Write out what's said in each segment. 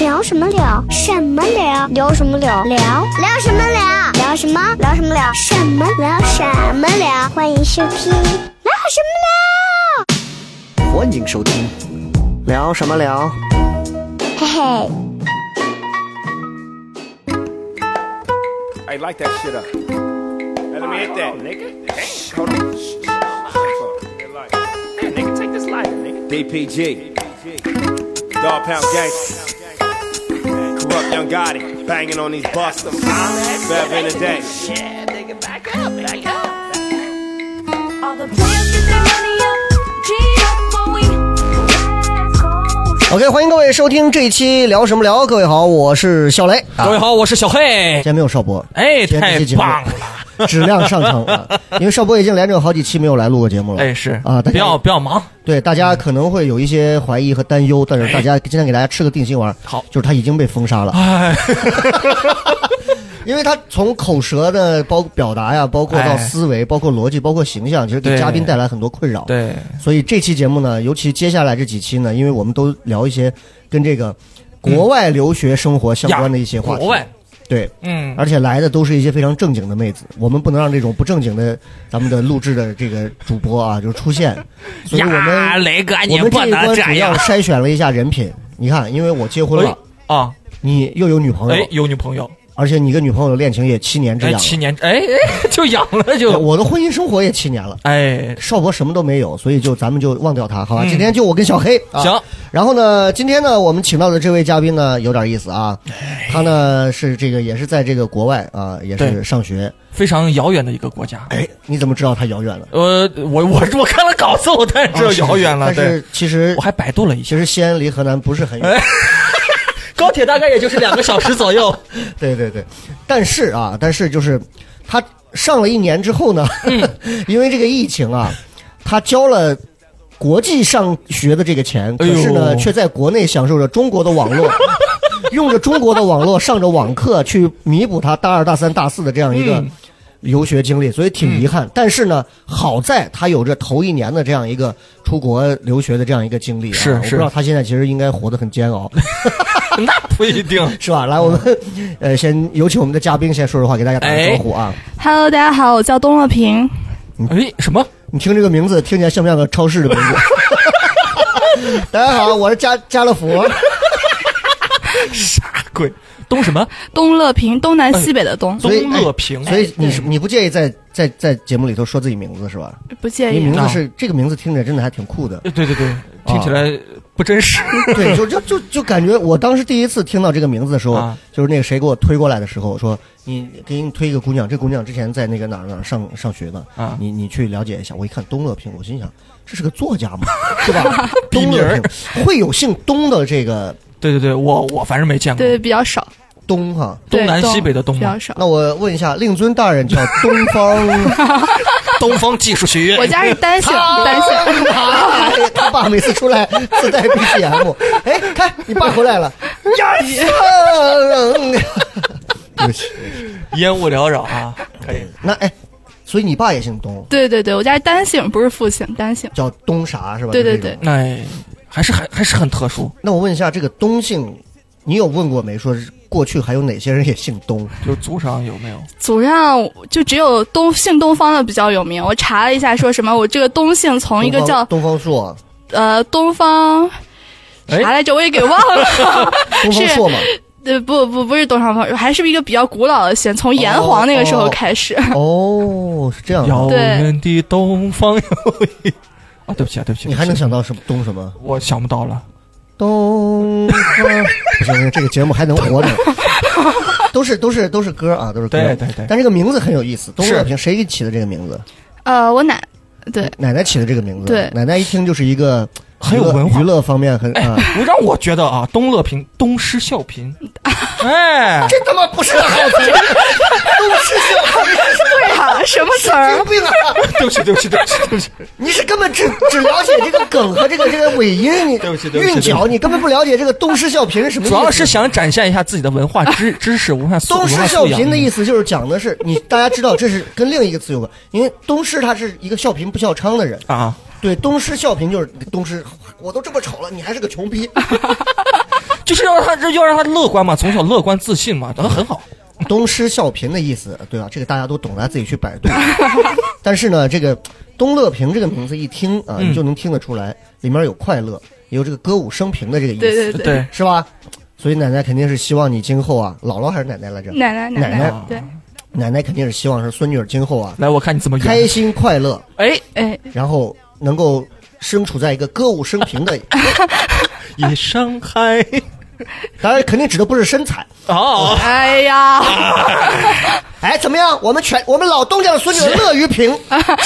聊什么聊？什么聊？聊什么聊？聊聊什么聊？聊什么？聊什么聊？什么聊？什么聊？欢迎收听聊什么欢迎收听。聊什么聊？聊？嘿嘿， Hey, light that shit up. Hey, let me hit that. nigga. Damn. Hold on. Hey, nigga, take this lighter, nigga. DPG. Dog Pound Gangsta. Corrupt Young Gotti. Banging on these busters. Better in the day. Yeah, nigga, back up, back up. All the players get their money up, G up when we last call. OK，欢迎各位收听这一期聊什么聊。各位好，我是小雷。啊各位，好，我是小黑今。天没有邵博，哎，今天这太期节目棒了！ 质量上乘了，因为邵博已经连着有好几期没有来录过节目了。哎，是啊，大不要家不要忙，对大家可能会有一些怀疑和担忧，但是大家今天给大家吃个定心丸，哎好就是他已经被封杀了，哎，因为他从口舌的包表达呀，包括到哎思维，包括逻辑，包括形象，其实给对嘉宾带来很多困扰。 对，所以这期节目呢，尤其接下来这几期呢，因为我们都聊一些跟这个国外留学生活相关的一些话题。嗯国外，对，嗯，而且来的都是一些非常正经的妹子，我们不能让这种不正经的咱们的录制的这个主播 啊，就是出现。所以我呀，们雷哥，我你们不这一能关主这要样筛选了一下人品。你看，因为我结婚了，哎啊！你又有女朋哎友，，有女朋友，而且你跟女朋友的恋情也七年之哎，痒七了，年，哎，哎 就养了对就，我的婚姻生活也七年了。哎，邵博什么都没有，所以就咱们就忘掉他，好吧？嗯今天就我跟小黑。啊行，然后呢，今天呢，我们请到的这位嘉宾呢，有点意思啊。他呢是这个也是在这个国外啊，也是哎对上学。非常遥远的一个国家。哎，你怎么知道他遥远了？呃，我我我看了稿子，我当然知道遥远了，啊但对，是其实我还百度了一其 下，实西安离河南不是很远。哎高铁大概也就是两个小时左右。 对对对，但是啊，但是就是他上了一年之后呢，嗯 因为这个疫情啊，他交了。国际上学的这个钱，可哎呦是呢，却在国内享受着中国的网 络，用着中国的网络上着网课，去弥补他大二、大三、大四的这样一个嗯游学经历，所以挺遗憾。但是呢，好在他有着头一年的这样一个出国留学的这样一个经历、啊，是我不是知道他现在其实应该活得很煎熬，那不一定。是吧？来，我们 呃，先有请我们的嘉宾先说说话，给大家打个招呼啊！ Hello，大家好，我叫东乐平。嗯哎，什么？你听这个名字，听起来像不像个超市的名字？ 大家好，我是家家乐福，鬼东什么？东乐平，东南西北的东，所以嗯哎东乐平。所以你是对你不介意在在在节目里头说自己名字是吧？不介你意。啊名字是这个名字听起来真的还挺酷的， 对对啊对，听起来不真 实。对，就就就就感觉我当时第一次听到这个名字的时候啊，就是那个谁给我推过来的时候说，你给你推一个姑娘，这姑娘之前在那个哪儿哪儿上上学呢啊，你你去了解一下。我一看东乐平，我心想这是个作家嘛，是吧？笔东名乐儿平会有姓东的这个对对对，我我反正没见过。对，比较少。东哈。东南对西北的东比吗较？少。那我问一下，令尊大人叫东方， 东方技术学院我家是单姓，单姓。哎他爸每次出来自带 BGM。哎，看你爸回来了，呀对不起。 烟雾缭绕啊！那哎，所以你爸也姓东，对对对，我家是单姓，不是复姓，单姓。叫东啥是吧？对对就这种。 哎，还是还还是很特殊，那我问一下，这个东姓，你有问过没？说是过去还有哪些人也姓东？就是祖上有没有？祖上就只有东姓东方的比较有名。我查了一下，说什么我这个东姓从一个东方叫东方朔，呃东方哎啥来着，我也给忘了。 东方朔嘛。对，不不不是东方方，还是一个比较古老的姓，从炎黄那个时候开始。哦，是这样的。遥对远的东方有一啊！对不起啊，对不起，你还能对不起想到什么东什么？我想不到了。 东方，不行，这个节目还能活着。都是都是都是歌啊，都是歌。对对对但这个名字很有意思，东是乐平谁给起的这个名字？呃，我奶 对奶奶起的这个名字。对奶奶一听就是一个很有娱乐文化娱乐方面很啊。我让我觉得啊，东乐平东施效 颦， 哎，这他妈不是个好词， 都是笑话。对啊，什么词 儿？病啊！对不起，对不起，对不起，对 不起，你是根本只 只了解这个梗和这个这个尾音，你 对不起对不起韵脚，你根本不了解这个东施效颦是什么意思。主要是想展现一下自己的文化知知识、文化素东文施化效素养颦的意思就是讲的是你大家知道这是跟另一个词有关，因为东施他是一个笑贫不笑娼的 人，啊。 对东施效颦就是东施，我都这么丑了，你还是个穷逼，就是要让他要让他乐观嘛，从小乐观自信嘛，然后很好。东施效颦的意思，对吧？啊这个大家都懂，大家自己去 百度。但是呢，这个东乐平这个名字一听啊，嗯你就能听得出来，里面有快乐，也有这个歌舞升平的这个意思，对对对，对，是吧？所以奶奶肯定是希望你今后啊，姥姥还是奶奶来着？奶奶奶奶奶，对，奶奶肯定是希望是孙女儿今后啊，来我看你怎么开圆。心快乐，哎，哎，然后能够身处在一个歌舞升平的，也伤害。当然肯定指的不是身材。哦，哎呀，哎，怎么样？我们全我们老东家的孙女儿乐于 平，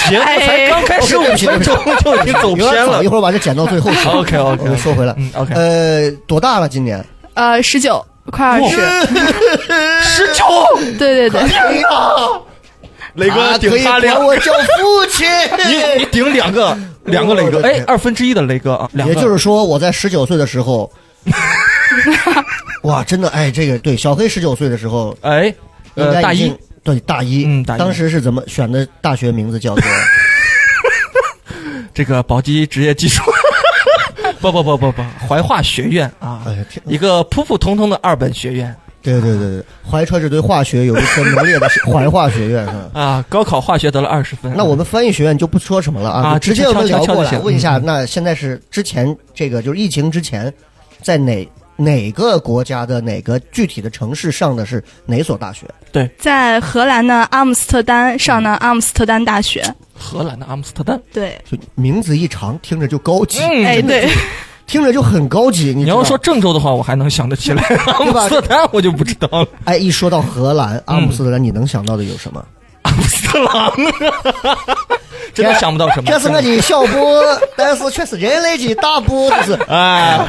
节目才刚开始五分钟就已经走有点偏哎早，了一。会儿把这剪到最后去。 OK，OK，OK 我们说回来，嗯，OK 呃，多大了？今年？呃，十九快二十，十九，对对对，哎 呀，磊啊哥可顶以他管两，我叫父亲。 你你顶两个，两个磊我哥，的哎天，二分之一的磊哥啊，两也个。就是说，我在十九岁的时 候，哇，真的，哎，这个对，小黑十九岁的时候，哎，应呃，该大已一经，对大一，嗯大一当时是怎么选的大学名字叫 做？这个宝鸡职业技术， 不不不不不，怀化学院啊哎呀天，一个普普通通的二本学院对对对对，怀揣着对化学有一颗浓烈的怀化学院哈。啊，高考化学得了二十分。那我们翻译学院就不说什么了啊，啊就直接我们聊过悄悄就来，行问一下，嗯那现在是之前这个就是疫情之前，在哪哪个国家的哪个具体的城市上的是哪所大学？在荷兰的阿姆斯特丹上的阿姆斯特丹大学，荷兰的阿姆斯特丹，对，就名字一长，听着就高级，哎嗯，对，听着就很高级。你你知道要说郑州的话，我还能想 得起来，阿姆斯特丹我就不知道了，哎，一说到荷嗯兰阿姆斯特丹，你能想到的有什么？阿姆斯特 朗，真的想不到什么。这是我的小波，但是却是人类的大波，不是？ 哎，嗯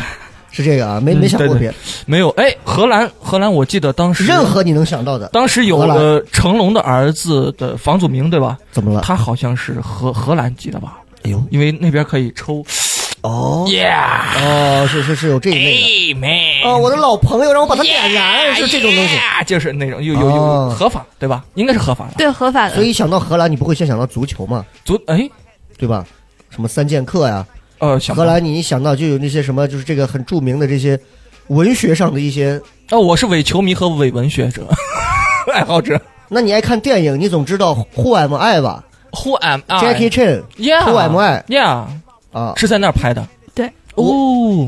是这个啊，没没想过对对别的，没有，哎，荷兰，荷兰，我记得当时任何你能想到的，当时有荷兰了成龙的儿子的房祖名，对吧？怎么了？他好像是荷荷兰籍的吧？哎呦，因为那边可以抽。哦 Yeah，哦，是是是有这一类的。哎妹，哦，我的老朋友让我把他点燃，是这种东西。 Yeah，就是那种有有有哦合法对吧？应该是合法的。 对合法的，所以想到荷兰，你不会先想到足球嘛，足哎对吧？什么三剑客呀，呃，想不荷到兰你一想到就有那些什么，就是这个很著名的这些文学上的一些。哦，我是伪球迷和伪文学 者爱好者。那你爱看电影，你总知道 Who am I 吧 Who am ？Jackie I？Yeah， Chan，Who am I Yeah，啊？是在那儿拍的。对，哦，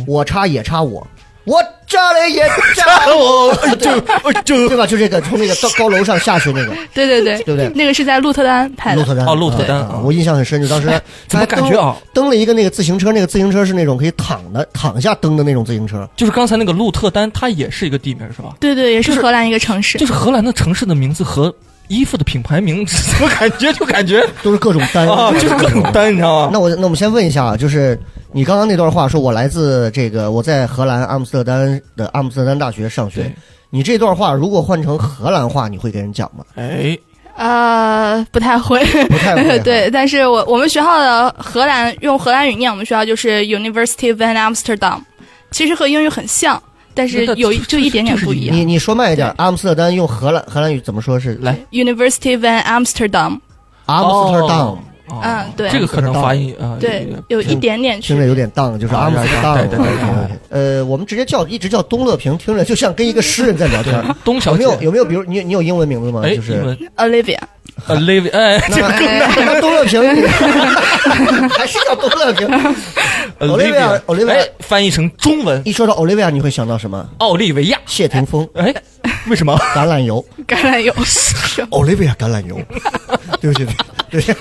我插也插我，我这里也哎插我，就就对吧？就这个从那个高高楼上下去那个对对对，对不对那个是在鹿特丹拍鹿特的，丹哦鹿特丹啊啊我印象很深，就当时哎 怎么还感觉啊登登了一个那个自行车，那个自行车是那种可以躺的躺下蹬的那种自行车，就是刚才那个鹿特丹，它也是一个地名是吧？对对，也是荷兰一个城市就，是荷兰的城市的名字和衣服的品牌名，怎么 感觉就感觉都是各种 单啊，就是各种。单，你知道吗？ 那我那我们先问一下啊，就是你刚刚那段话，说我来自这个我在荷兰阿姆斯特丹的阿姆斯特丹大学上学对。你这段话如果换成荷兰话，你会给人讲吗？哎，呃，不太会，不太 会哈 对，但是我我们学校的荷兰用荷兰语念，我们学校就是 University van Amsterdam，其实和英语很像，但是那有一这就一点点不一样你。你说慢一点，阿姆斯特丹用荷兰荷兰语怎么说是来， University van Amsterdam，阿姆斯特丹，哦嗯对这个可能发音啊，对有，有一点点区听着有点荡，就是啊阿姆斯特丹。有点荡对对对 OK，OK 呃，我们直接叫一直叫东乐平，听着 就像跟一个诗人在聊 天。东小有没有姐有没有？比如你你有英文名字吗？哎，就是英文 Olivia， Olivia，哎 那那东乐平， 还是叫东乐平。Olivia，Olivia 哎，翻译成中文，一说到 Olivia，你会想到什么？奥利维亚，谢霆锋、哎，为什么？橄榄油橄榄油， ，Olivia 橄榄油。 对不起，对不起，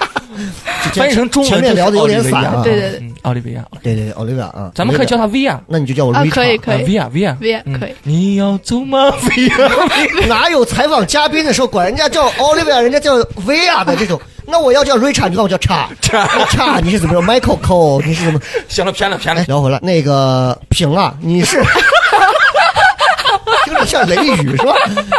翻译成中 文前面聊的有点散啊。对对对嗯，奥利维亚，对对对，Olivia 啊，咱们可以叫 Olivia，她 V 啊，那你就叫我啊 Rita。可以可以 V 啊 V 啊 V 啊可以你要走吗？V 啊， 哪有采访嘉宾的时候管人家叫 Olivia，人家叫 Via 的这种？那我要叫 Richard，你管我叫叉 叉叉，你是怎么着？Michael Cole，你是怎么？行了，偏了偏了哎，，聊回来，那个平啊，你是 听着像雷雨是吧？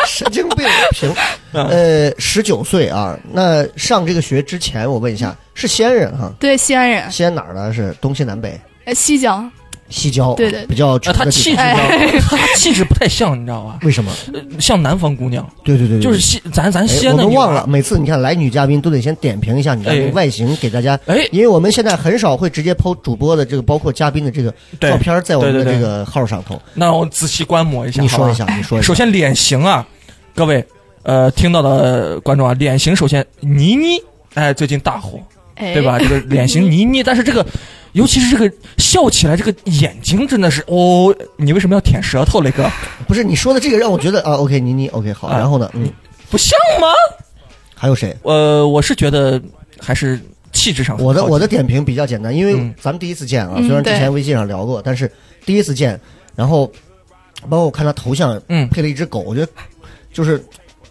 神经病平，嗯呃，十九岁啊，那上这个学之前，我问一下，是西安人哈？ 对，西安人，西安哪儿的？是东西南北？呃西江，西郊，对对对比较啊，穷她的地气质，方。哎你知道吗她气质不太像，你知道吧？ 为什么？像南方姑娘，对对对，对就是西咱咱西嗯哎，我安的们女忘孩了，每次你看来女嘉宾都得先点评一下你嘉哎宾外形，给大家，哎因为我们现在很少会直接抛主播的这个，包括嘉宾的这个对照片在我们的对对这对个号上头，那我仔细观摩一下，你好吧说一下，你说一下首，先脸型啊，各位呃听到的观众啊，脸型首先倪妮，哎，最近大火，哎，对吧？这个脸型 倪妮，但是这个。尤其是这个笑起来，这个眼睛真的是哦！你为什么要舔舌头，雷 哥？不是你说的这个让我觉得啊，OK，倪妮，OK，好，啊然后呢，嗯，不像吗？还有谁？呃，我是觉得还是气质上很我的靠我的近点评比较简单，因为哦嗯咱们第一次见啊，嗯虽然之对前微信上聊过，但是第一次见，然后包括我看他头像嗯配了一只狗，我觉得就是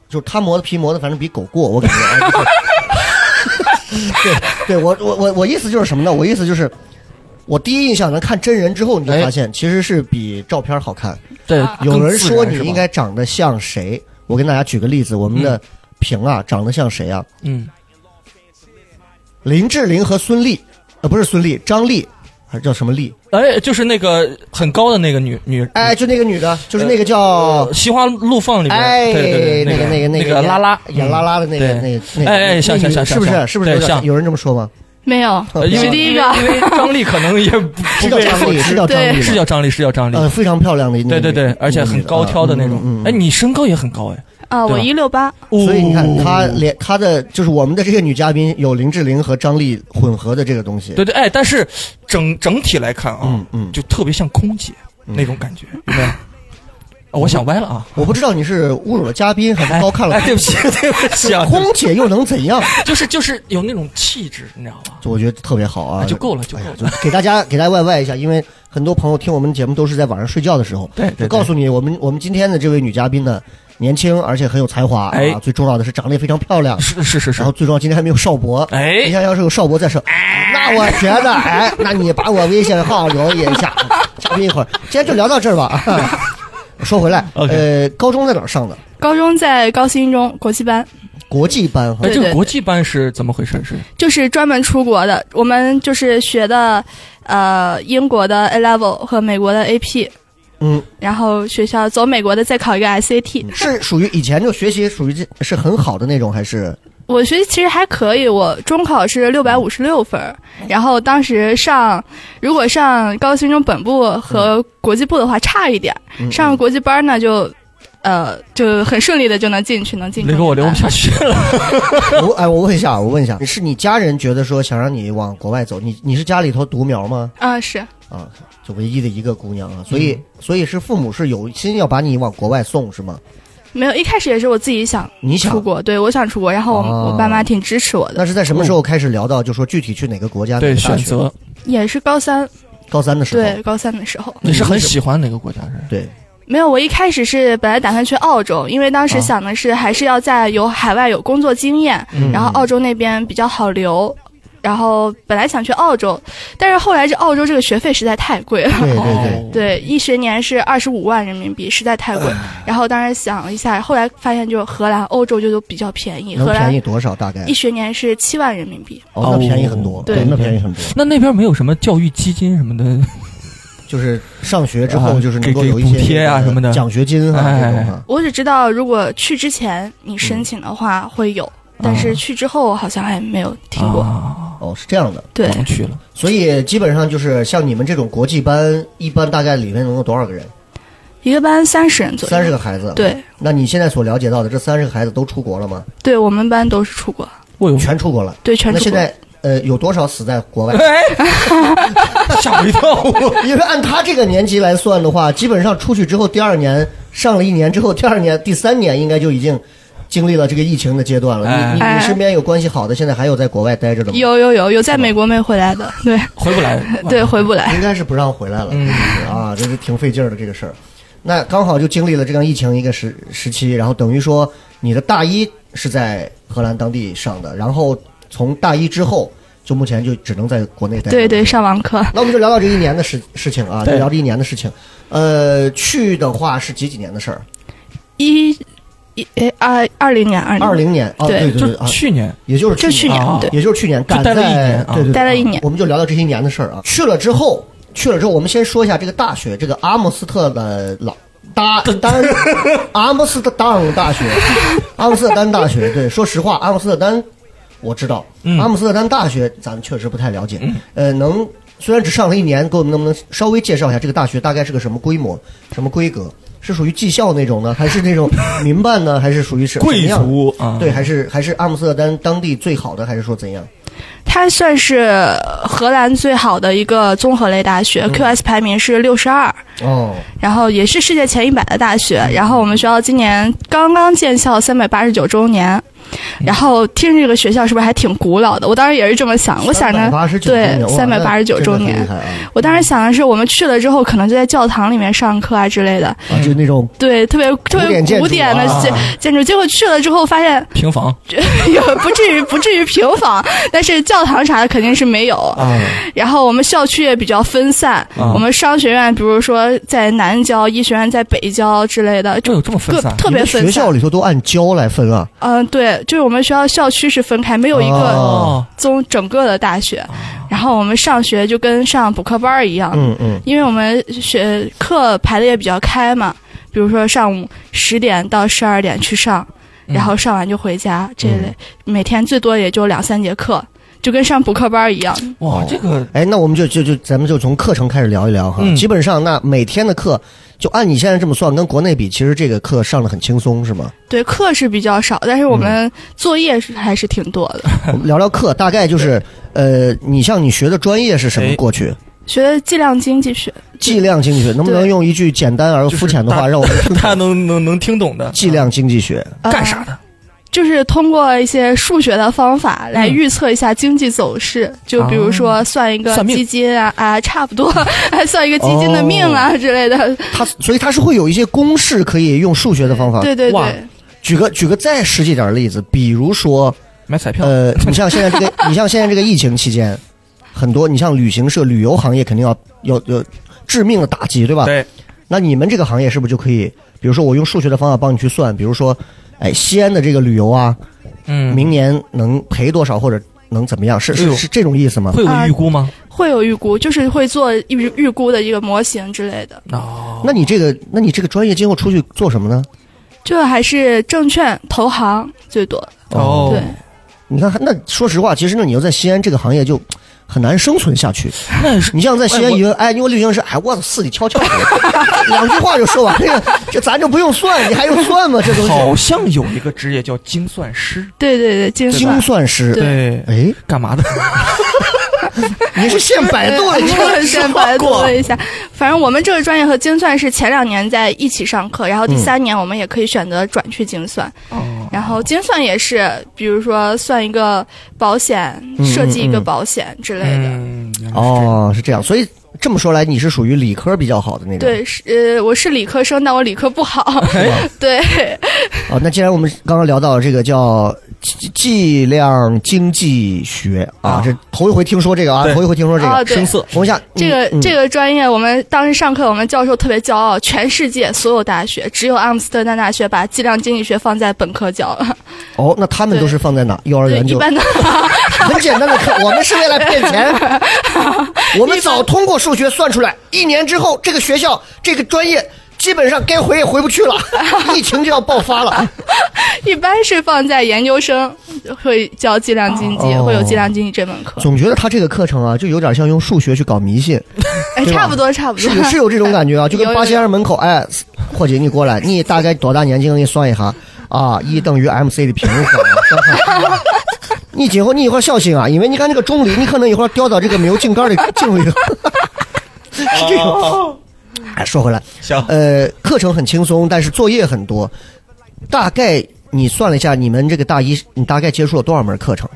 就是他磨的皮磨的，反正比狗过，我感觉。哎就是 对，对我我我我意思就是什么呢？我意思就是，我第一印象能看真人之后，你就哎发现其实是比照片好看。对，啊有更人自说然你是吧应该长得像谁？我跟大家举个例子，我们的平啊，长得像谁啊？嗯，林志玲和孙俪，呃，不是孙俪，张俪，还是叫什么俪？哎，就是那个很高的那个女女，哎，就那个女的，就是那个叫呃，西花路放里边，哎，对对对，那个那个那个拉拉演拉，拉的那个嗯那个那个，哎哎像那个像像是不是像是不是对有点像有人这么说吗？没有，嗯呃因为是第一个因为因为张力可能也不 是不叫被张所丽，知是叫张丽吗，是叫张力，是叫张力，呃非常漂亮的一个对女，对对，而且很高挑的那嗯种。嗯哎，你身高也很高哎，啊，我对吧一六八，所以你看，哦她连她的就是我们的这个女嘉宾有林志玲和张丽混合的这个东西，对对哎，但是整整体来看啊嗯，嗯就特别像空姐那种感觉，有没有？啊我想歪了啊！我不知道你是侮辱了嘉宾还哎是高看了哎，对不起，对不起啊， 空姐又能怎样？就是就是有那种气质，你知道吧？我觉得特别好啊，啊就够了，就哎够呀，了就。给大家给大家外外一下，因为很多朋友听我们节目都是在晚上睡觉的时候，对对对就告诉你，我们我们今天的这位女嘉宾呢，年轻而且很有才华，哎啊，最重要的是长得也非常漂亮，是是是是然后，最重要今天还没有少博，哎你想要是有少博在手，那我觉得，哎，那你把我微信号留一下，啊嘉宾一会儿，今天就聊到这儿吧。 啊说回来 OK 呃，高中在哪儿上的？高中在高新中国际班，国际班哈哎，对这个国际班是怎么回事？是就是专门出国的。我们就是学的，呃，英国的 A Level 和美国的 AP，嗯，然后学校走美国的再考一个 SAT。嗯是属于以前就学习属于这是很好的那种，还是我学习其实还可以，我中考是六百五十六分儿，然后当时上如果上高新中本部和国际部的话差一点儿，上国际班呢就。呃，就很顺利的就能进去，能进去。雷哥，我聊不下去了。我哎，我问一下，我问一下，是你家人觉得说想让你往国外走，你你是家里头独苗吗？啊、是啊，就唯一的一个姑娘嗯啊，所以、所以是父母是有心要把你往国外送是吗？没有一开始也是我自己想你想出，国，对我想出国，然后我、哦我爸妈挺支持我的，那是在什么时候开始聊到就说具体去哪个国家对，哪个大选学择也是高三，高三的时候，对高三的时候，你嗯是很喜欢哪个国家是？对没有，我一开始是本来打算去澳洲，因为当啊时想的是还是要在有海外有工作经验，嗯然后澳洲那边比较好留。然后本来想去澳洲，但是后来这澳洲这个学费实在太贵了，对对对， 哦对，一学年是二十五万人民币，实在太贵。嗯然后当时想了一下，后来发现就荷兰、欧洲就都比较便宜，能荷便兰宜多少大概一？学年是七万人民币。哦，那便宜很多，对那便宜很多。那那边没有什么教育基金什么的，嗯就是上学之后啊就是能给够给有一些补贴啊这个什么的奖学金啊哎这种啊。我只知道如果去之前你申请的话会有，但啊是去之后好像还没有听过。啊，哦，是这样的，对，甭去了。所以基本上就是像你们这种国际班，一般大概里面能有多少个人？一个班三十人左右。三十个孩子。。对，那你现在所了解到的这三十个孩子都出国了吗？对我们班都是出国，我有，全出国了。对，全那出现国。在呃，有多少死在国 外？哎，吓我一 跳！因为按他这个年级来算的话，基本上出去之后，第二年上了一年之后，第二年、第三年应该就已经经历了这个疫情的阶段了。哎你你你哎身边有关系好的，现在还有在国外待着的吗？，有有有有在美国没回来的，对回不来，对，回不 来。应该是不让回来了，就是啊，这是挺费劲儿的这个事儿。那刚好就经历了这样疫情一个时时期，然后等于说你的大一是在荷兰当地上的，然后从大一之后就目前就只能在国内待着。对对，上网课。那我们就聊聊这一年的事事情啊，就对聊这一年的事情。呃，去的话是几几年的事儿？一一哎二二零年二二零年哦，对对就对啊，去年也就是就去年啊对也就是去年，赶待了一在年啊对对对待了一年我们就聊聊这些年的事儿啊。去了之后，去了之后，我们先说一下这个大学，这个阿姆斯特的老大丹阿姆斯特丹大学，阿姆斯特丹大学。对，说实话，阿姆斯特丹我知道，嗯阿姆斯特丹大学咱们确实不太了解。呃，能虽然只上了一年，给我们能不能稍微介绍一下这个大学大概是个什么规模、什么规格？是属于技校那种呢，还是那种民办呢，还是属于是贵什么样的族啊对，还是还是阿姆斯特丹当地最好的，还是说怎样？它算是荷兰最好的一个综合类大嗯学、q s 排名是六十二，哦，然后也是世界前一百的大学。嗯然后我们学校今年刚刚建校三百八十九周年，嗯然后听着这个学校是不是还挺古老的？我当时也是这么想，我想着八十九对三百八十九周年。啊我当时想的是，我们去了之后可能就在教堂里面上课啊之类的，啊，就那种对，特别特古典建别筑古典的啊建建筑。结果去了之后发现， 平房也不至于不至于平房， 但是教堂啥的肯定是没有。啊，然后我们校区也比较分散，啊我们商学院比如说在南郊，医学院在北郊之类的，嗯这就有这么分各散？啊特别学分校散。里头都按郊来分啊，嗯、对，就是我们学校校区是分开，没有一哦个哦，综整个的大学。啊然后我们上学就跟上补课班儿一样，嗯嗯，因为我们学课排的也比较开嘛，比如说上午十点到十二点去上，嗯然后上完就回家这一类，每天最多也就两三节课，就跟上补课班儿一样。哇，这个哎，那我们就就就咱们就从课程开始聊一聊哈，嗯基本上那每天的课，就按你现在这么算，跟国内比，其实这个课上的很轻松是 吗？对，课是比较少，但是我嗯们作业是还是挺多的。我们聊聊课，大概就是呃，你像你学的专业是什哎么过去？学的计量经济学，计量经济学，能不能用一句简单而肤浅的话让我们 听大家懂？能能能听懂的计量经济学，呃干啥的？就是通过一些数学的方法来嗯预测一下经济走势，就比如说算一个哦算命基金啊啊，差 不多，还算一个基金的命哦啊、之类的。它所以它是会有一些公式可以用数学的方法。对对啊哇对，举个举个再实际点的例子，比如说买彩票？呃，你像现在这 个，你像现在这个疫情期间，很多你像旅行社、旅游行业肯定要要要致命的打击，对吧？对，那你们这个行业是不是就可以，比如说我用数学的方法帮你去算，比如说，哎，西安的这个旅游啊，嗯，明年能赔多少或者能怎么样？是哎是呦是这种意思吗？会有预估吗？会有预估，就是会做预预估的一个模型之类的。哦，那你这个，那你这个专业今后出去做什么呢？这还是证券投行最多，哦对，你看，那说实话，其实呢，你要在西安这个行业就很难生存下去。那是你像在西哎安我一个，哎，因为旅行社，哎，我死里悄悄的， 两句话就说完，这个这咱就不用算，你还用算吗？这东西，好像有一个职业叫精算师，对对对，精精算。算师，对，哎，干嘛的？你是现百度了，你 我先百度 过了一下，反正我们这个专业和精算是前两年在一起上课，然后第三年我们也可以选择转去精算。嗯然后精算也是，比如说算一个保险，嗯设计一个嗯保险之 类的。嗯，原来是这样，哦，是这样，所以这么说来，你是属于理科比较好的那种。对，是呃，我是理科生，但我理科不好。哎 对，哦，那既然我们刚刚聊到这个叫计计量经济学啊啊，这头一回听说这个啊，对头一回听说这啊个。对生涩，红夏，这个、嗯嗯这个专业，我们当时上课，我们教授特别骄傲，全世界所有大学只有阿姆斯特丹大学把计量经济学放在本科教了。哦，那他们都是放在哪？幼儿 对，园一就般的 很简单的课，我们是为了骗 钱。我们早通过数学算出来，一年之后这个学校这个专业基本上该回也回不 去了，疫情就要爆发了。一般是放在研究生会教计量经济，哦会有计量经济这门课。总觉得他这个课程啊，就有点像用数学去搞迷信，哎，对吧差不多，差不多是有是有这 种感觉啊，就跟有八仙儿门口，哎，霍姐你过来，你大概多大年纪？我给你算一下啊，一等于 MC 的平方。 算算你今后你一会儿小心啊，因为你看这个重力，你可能一会儿掉到这个没有井盖的井里头。是哦 这种。哎，说回来，行，呃，课程很轻松，但是作业很多。大概你算了一下，你们这个大一，你大概接触了多少门课程？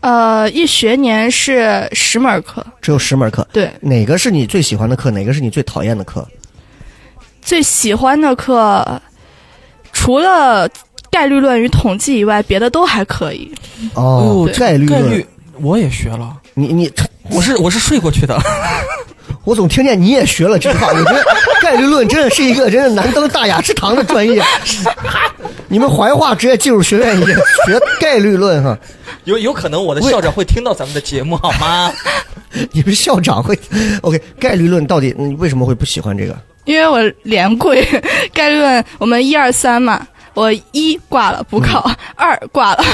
呃，一学年是十门课，只有十门课。对，哪个是你最喜欢的课？哪个是你最讨厌的课？最喜欢的课除了概率论与统计以外，别的都还可以。哦，对概率概论。率我也学了，你你，我是我是睡 过去的，我总听见你也学了这句话，我觉得概率论真的是一个真的难登大雅之堂的专业。你们怀化直接进入学院也学概率论哈，有有可能我的校长会听到咱们的节目好吗？你们校长会 OK 概率论到底你为什么会不喜欢这个？因为我连跪 概率论，我们一二三嘛，我一挂了补考，嗯 二挂了，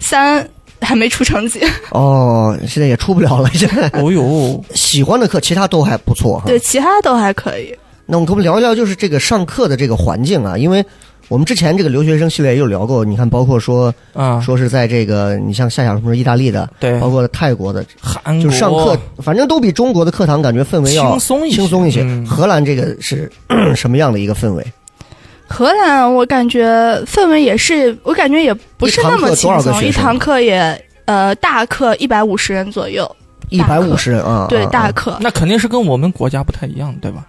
三还没出成绩。哦，现在也出不了了，现在 哦呦，喜欢的课其他都还不错哈。 对，其他都还可以。那我们跟我们聊一聊，就是这个上课的这个环境啊，因为我们之前这个留学生系列也有聊过，你看，包括说啊，说是在这个，你像夏夏说是意大利的，对包括泰国的，韩国就上课，反正都比中国的课堂感觉氛围要嗯轻松一些轻松一些。嗯荷兰这个是 咳什么样的一个氛围？荷兰，我感觉氛围也是，我感觉也不是那么轻一堂课多少个松，学生一堂课也呃大课一百五十人左右，一百五十人啊，对啊大啊课，那肯定是跟我们国家不太一样，对吧？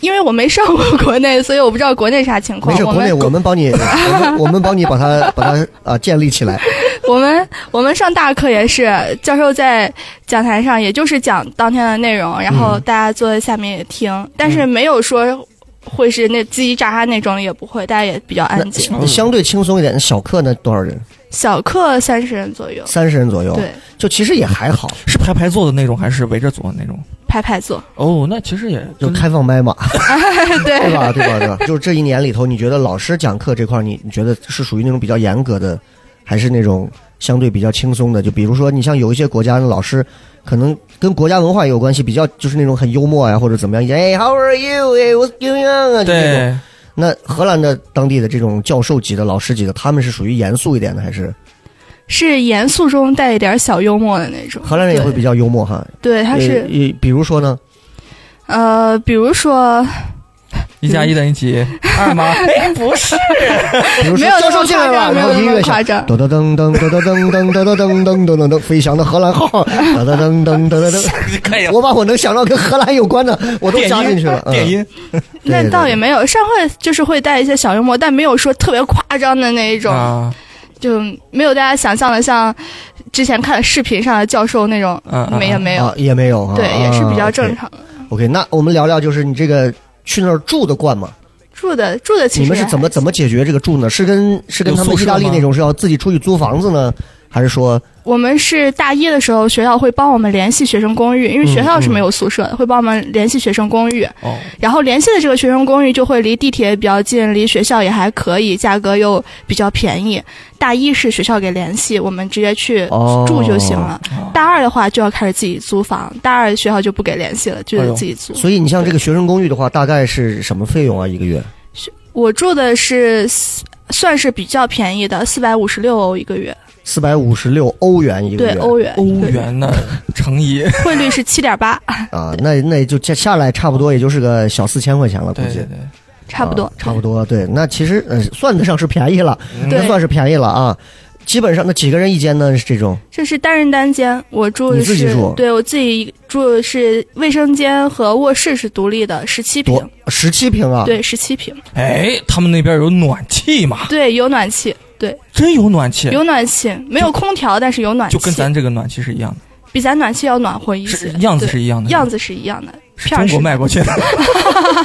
因为我没上过国内，所以我不知道国内啥情没况。事，我国内们我们帮 你，我们我们帮你把它把它啊建立起来。 我们我们上大课也是，教授在讲台上，也就是讲当天的内容，然后嗯大家坐在下面也听，但是没有说会是那叽叽喳喳那种，也不会，大家也比较安静。那相对轻松一点，小课呢多少人？小课三十人左右，三十人左右，对，就其实也还好，是排排坐的那种，还是围着坐的那种？排排 坐，哦，那其实也就跟嗯开放麦嘛，对对吧？ 对吧？对吧？就是这一年里头，你觉得老师讲课这块儿，你你觉得是属于那种比较严格的，还是那种相对比较轻松的？就比如说，你像有一些国家的老师，可能跟国家文化也有关系，比较就是那种很幽默呀、或者怎么样，哎，How are you？哎，What's going on？啊，就这种。对，那荷兰的当地的这种教授级的、老师级的，他们是属于严肃一点的，还是是严肃中带一点小幽默的那种。荷兰人也会比较幽默哈？对，对他呃是也比如说呢，呃，比如说一加一等于几？二 吗？哎，不是，比如没说教有那授么进夸来了，张，没然后有音那么乐响夸张。噔噔噔噔噔噔噔噔噔噔噔噔噔噔，飞翔的荷兰号，噔噔噔噔噔噔噔。可以了。我把我能想到跟荷兰有关的，我都加进去了。电嗯，音，那对倒也没有，上会就是会带一些小幽默，但没有说特别夸张的那一种，啊，就没有大家想象的像之前看视频上的教授那种，嗯嗯没也没有，啊，也没有啊，对，啊也是比较正。常的。 OK，OK，那我们聊聊，就是你这个去那儿住的惯吗？住的住的其你实们是也怎么还怎么解决这个住呢？是跟是跟他们有宿舍意大利吗那种是要自己出去租房子呢，还是说我们是大一的时候，学校会帮我们联系学生公寓，因嗯为学校是没有宿舍的，会帮我们联系学生公寓。哦，然后联系的这个学生公寓就会离地铁比较近，离学校也还可以，价格又比较便宜。大一是学校给联系，我们直接去哦住就行了。大二的话就要开始自己租房，大二学校就不给联系了，就哎得呦自己租。所以你像这个学生公寓的话，大概是什么费用啊？一个月？我住的是四算是比较便宜的，四百五十六欧一个月，四百五十六欧元一个对月。哦欧元，欧元呢乘以汇率是七点八，啊，那那也就下下来差不多也就是个小四千块钱了，估对计对对，差不多，啊差不多。对，那其实呃算得上是便宜了，那对算是便宜了啊。基本上那几个人一间呢是这种这是单人单间，我住你的自己是住对我自己住的是卫生间和卧室是独立的，十七平多，十七平啊，对，十七平，哎，他们那边有暖气嘛？对，有暖气，对，真有暖气，有暖气，没有空调，但是有暖气，就跟咱这个暖气是一样的，比咱暖气要暖和一些是，样子对是一样的，样子是一样的，是片儿中是国卖过去的。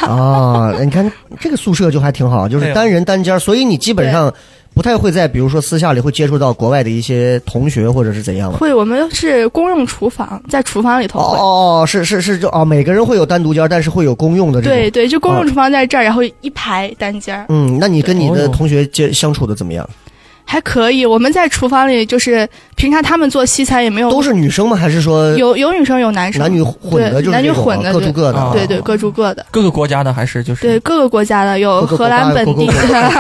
啊，你看这个宿舍就还挺好，就哎是呦单人单间，所以你基本上不太会在比如说私下里会接触到国外的一些同学或者是怎样嘛。会，我们是公用厨房，在厨房里头哦会，哦哦，是是是，就哦，每个人会有单独间，但是会有公用的这种。对对，就公哦用厨房在这儿，然后一排单间儿，嗯，那你跟你哦的哟同学接相处的怎么样？还可以。我们在厨房里就是平常他们做西餐也没有，都是女生吗？还是说哦有有女生有男生，男女混的？对就是男女这种啊混的各住对各的啊。对对，各住各的。各个国家的还是就是对各个国家的，有各个国荷家兰本地各的，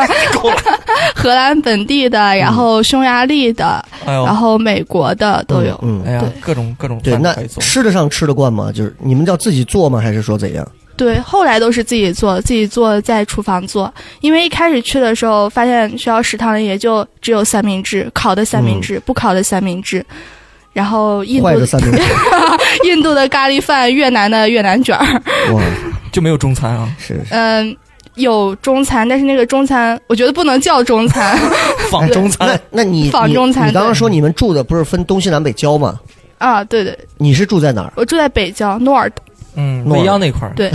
荷兰本地的，嗯然后匈牙利的，哎呦然，后美国的都有。哦嗯，哎呀哦对，各种各种对，饭那可以做。吃得上吃得惯吗？就是你们要自己做吗？还是说怎样？对，后来都是自己做，自己做在厨房做，因为一开始去的时候发现学校食堂里也就只有三明治，烤的三明治，不烤的三明治。然后印嗯坏的度三 明治，印度的咖喱饭，越南的越南卷儿，哇，就没有中餐 啊，是是嗯，有中餐，但是那个中餐我觉得不能叫中餐 仿中餐那。哎那你仿你中餐你刚刚对说你们住的不是分东西南北郊吗？啊。对对，你是住在哪儿？我住在北郊 North，嗯，诺尔未央那块儿， 对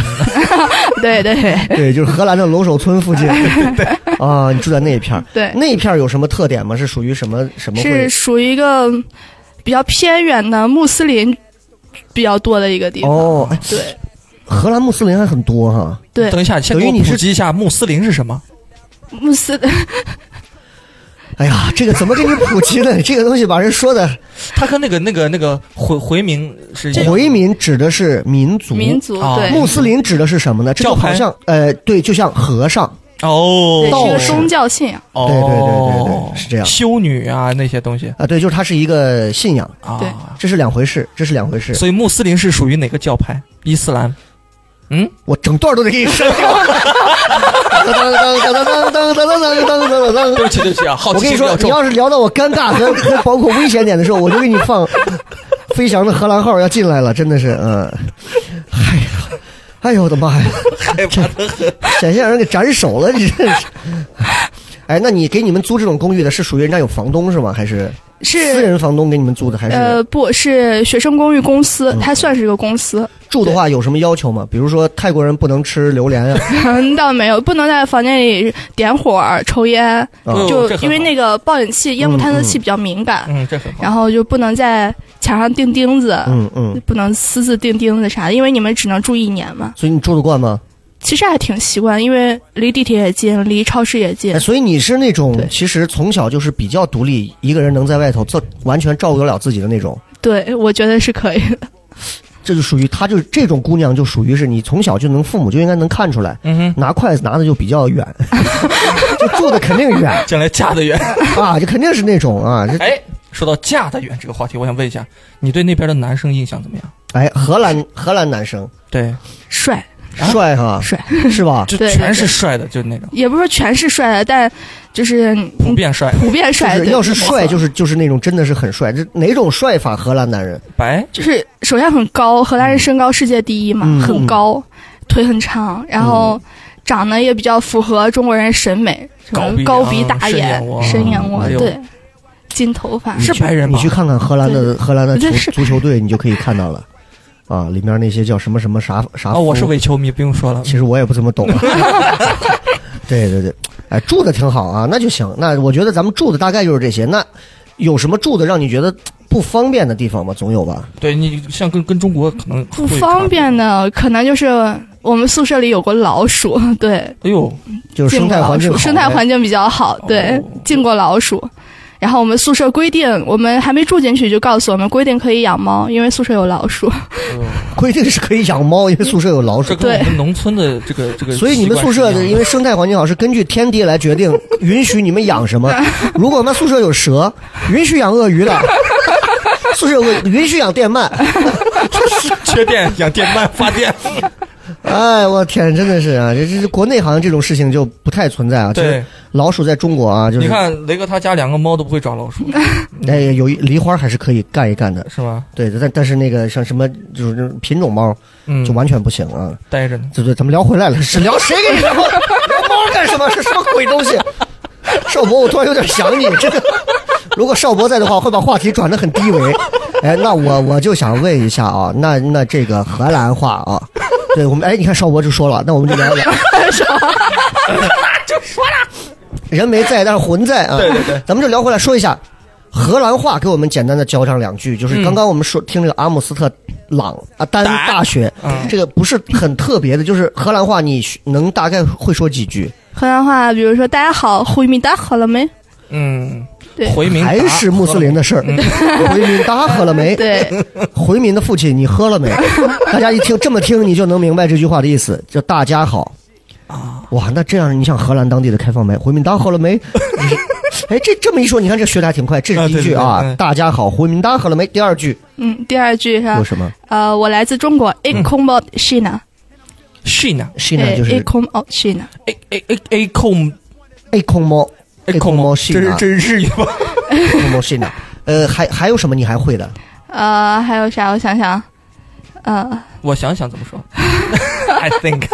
对对对，就是荷兰的龙首村附近。 对啊，你住在那一片儿，对。那一片儿有什么特点吗？是属于什么什么会？是属于一个比较偏远的穆斯林比较多的一个地方。哦，哎，对荷兰穆斯林还很多哈。对，等一下，先给等于我你是普及一下穆斯林是 什么？穆斯哎呀，这个怎么给你普及呢？这个东西把人说的他跟那个那个那个回回民是一样的回民指的是民族，民族啊对穆斯林指的是什么呢？这就教派好像呃，对，就像和尚，哦，对是一道个士宗教信仰。哦，对对对对对是这样修女啊那些东西啊，对，就是它是一个信仰，啊，对这是两回事，这是两回事。所以穆斯林是属于哪个教派？伊斯兰？嗯，我整段都得给你删掉。 当当当当当当当当当当当对不起对不起啊，好 我奇跟你心比说较，你重。要是聊到我尴尬 和和包括危险点的时候，我就给你放飞翔的荷兰号要进来了，真的是，嗯，哎呀，哎呦我的妈呀，险些让人给斩首了，你这是。哎，那你给你们租这种公寓的是属于人家有房东是吗？还是是私人房东给你们租的？还是、嗯呃，不是学生公寓公司，它算是一个公司。 住的话有什么要求吗？比如说泰国人不能吃榴莲 啊，嗯，倒没有，不能在房间里点火儿、抽烟，哦就嗯这很好因为那个报警器、烟雾嗯探测器比较敏感，嗯，这很好。然后就不能在墙上钉钉子，嗯嗯，不能私自钉钉子啥的，因为你们只能住一年嘛。所以你住得惯吗？其实还挺习惯，因为离地铁也近，离超市也近哎，。所以你是那种对其实从小就是比较独立，一个人能在外头照完全照顾得了自己的那种。对，我觉得是可以的。这就属于她就是这种姑娘，就属于是你从小就能父母就应该能看出来，嗯哼，拿筷子拿的就比较 远，就住的肯定远将来嫁得远。 啊，就肯定是那种啊，这哎，说到嫁得远这个话题，我想问一下，你对那边的男生印象怎么样？哎，荷兰荷兰男生对，帅啊 帅哈，帅，是吧？就对对全是帅的，就那种也不是说全是帅的，但就是普嗯遍帅，普遍帅。就是对要是帅，没错就是就是那种真的是很帅，这哪种帅法？荷兰男人白就是首先很高，荷兰人身高世界第一嘛，嗯很高，腿很长，然后长得也比较符合中国人审美，什高么鼻高鼻梁大深眼眼窝、深眼窝，哎呦对，金头发是白人你吧？去看看荷兰的荷兰的这足是足球队，你就可以看到了，啊，里面那些叫什么什么啥啥哦，我是夫伪球迷，不用说了。其实我也不怎么 懂、啊。对对对，哎，住的挺好啊，那就行。那我觉得咱们住的大概就是这些。那有什么住的让你觉得不方便的地方吗？总有吧。对你像跟跟中国可能嗯不会方差便点。的，可能就是我们宿舍里有过老鼠， 对，哎呦，就是生态环境进过老好，鼠生态环境比较好，对哦，进过老鼠。然后我们宿舍规定，我们还没住进去就告诉我们规定可以养猫，因为宿舍有老鼠。规定是可以养猫，因为宿舍有老鼠这。跟我对们农村的这个呃这个习惯所是一样的，以你们宿舍的，因为生态环境好，是根据天地来决 定允许你们养什么。如果我们宿舍有蛇，允许养鳄鱼 的；宿舍有鳄允许养电鳗。 缺电养电鳗发电，哎，我天，真的是啊，这这这国内好像这种事情就不太存在啊。就是对，老鼠在中国啊，就是你看雷哥他家两个猫都不会抓 老鼠，哎，有一梨花还是可以干一干的，是吧？对，但但是那个像什么就是这种品种猫嗯，就完全不行啊。待着呢。对对，咱们聊回来了，是聊谁跟你聊聊猫干什么？是什么鬼东西？邵博，我突然有点想你，真的。如果邵博在的话，会把话题转得很低维。哎，那我我就想问一下啊，那那这个荷兰话啊，对我们哎，你看邵博就说了，那我们就聊聊。就说了， 人没在，但是魂在啊。对对对，咱们就聊回来说一下荷兰话，给我们简单的教上两句。嗯就是刚刚我们说、听这个阿姆斯特朗啊丹丹大学，嗯这个不是很特别的，就是荷兰话，你学能大概会说几句？河南话，比如说大家好，回民打好了没？嗯，对回民还达是穆斯林的事儿， 回民大喝了 没？对，回民的父亲，你喝了没？大家一听这么听，你就能明白这句话的意思，叫大家好。啊，哇，那这样你像荷兰当地的开放麦，回民大喝了没？ 你是哎，这这么一说，你看这学的还挺快。这是第一句啊，啊对对对嗯大家好，回民大喝了没？第二句嗯，第二句是啊吧有什么？呃，我来自中国，A come out China，是呢，西呢对就，A 是 come out China，哎哎哎哎控 A 空猫哎 A 空控吗猫这西是呢这是日语吧？空猫西呢？呃，还还有什么你还会的？呃，还有啥？我想想，呃， 我想想怎么 说，I think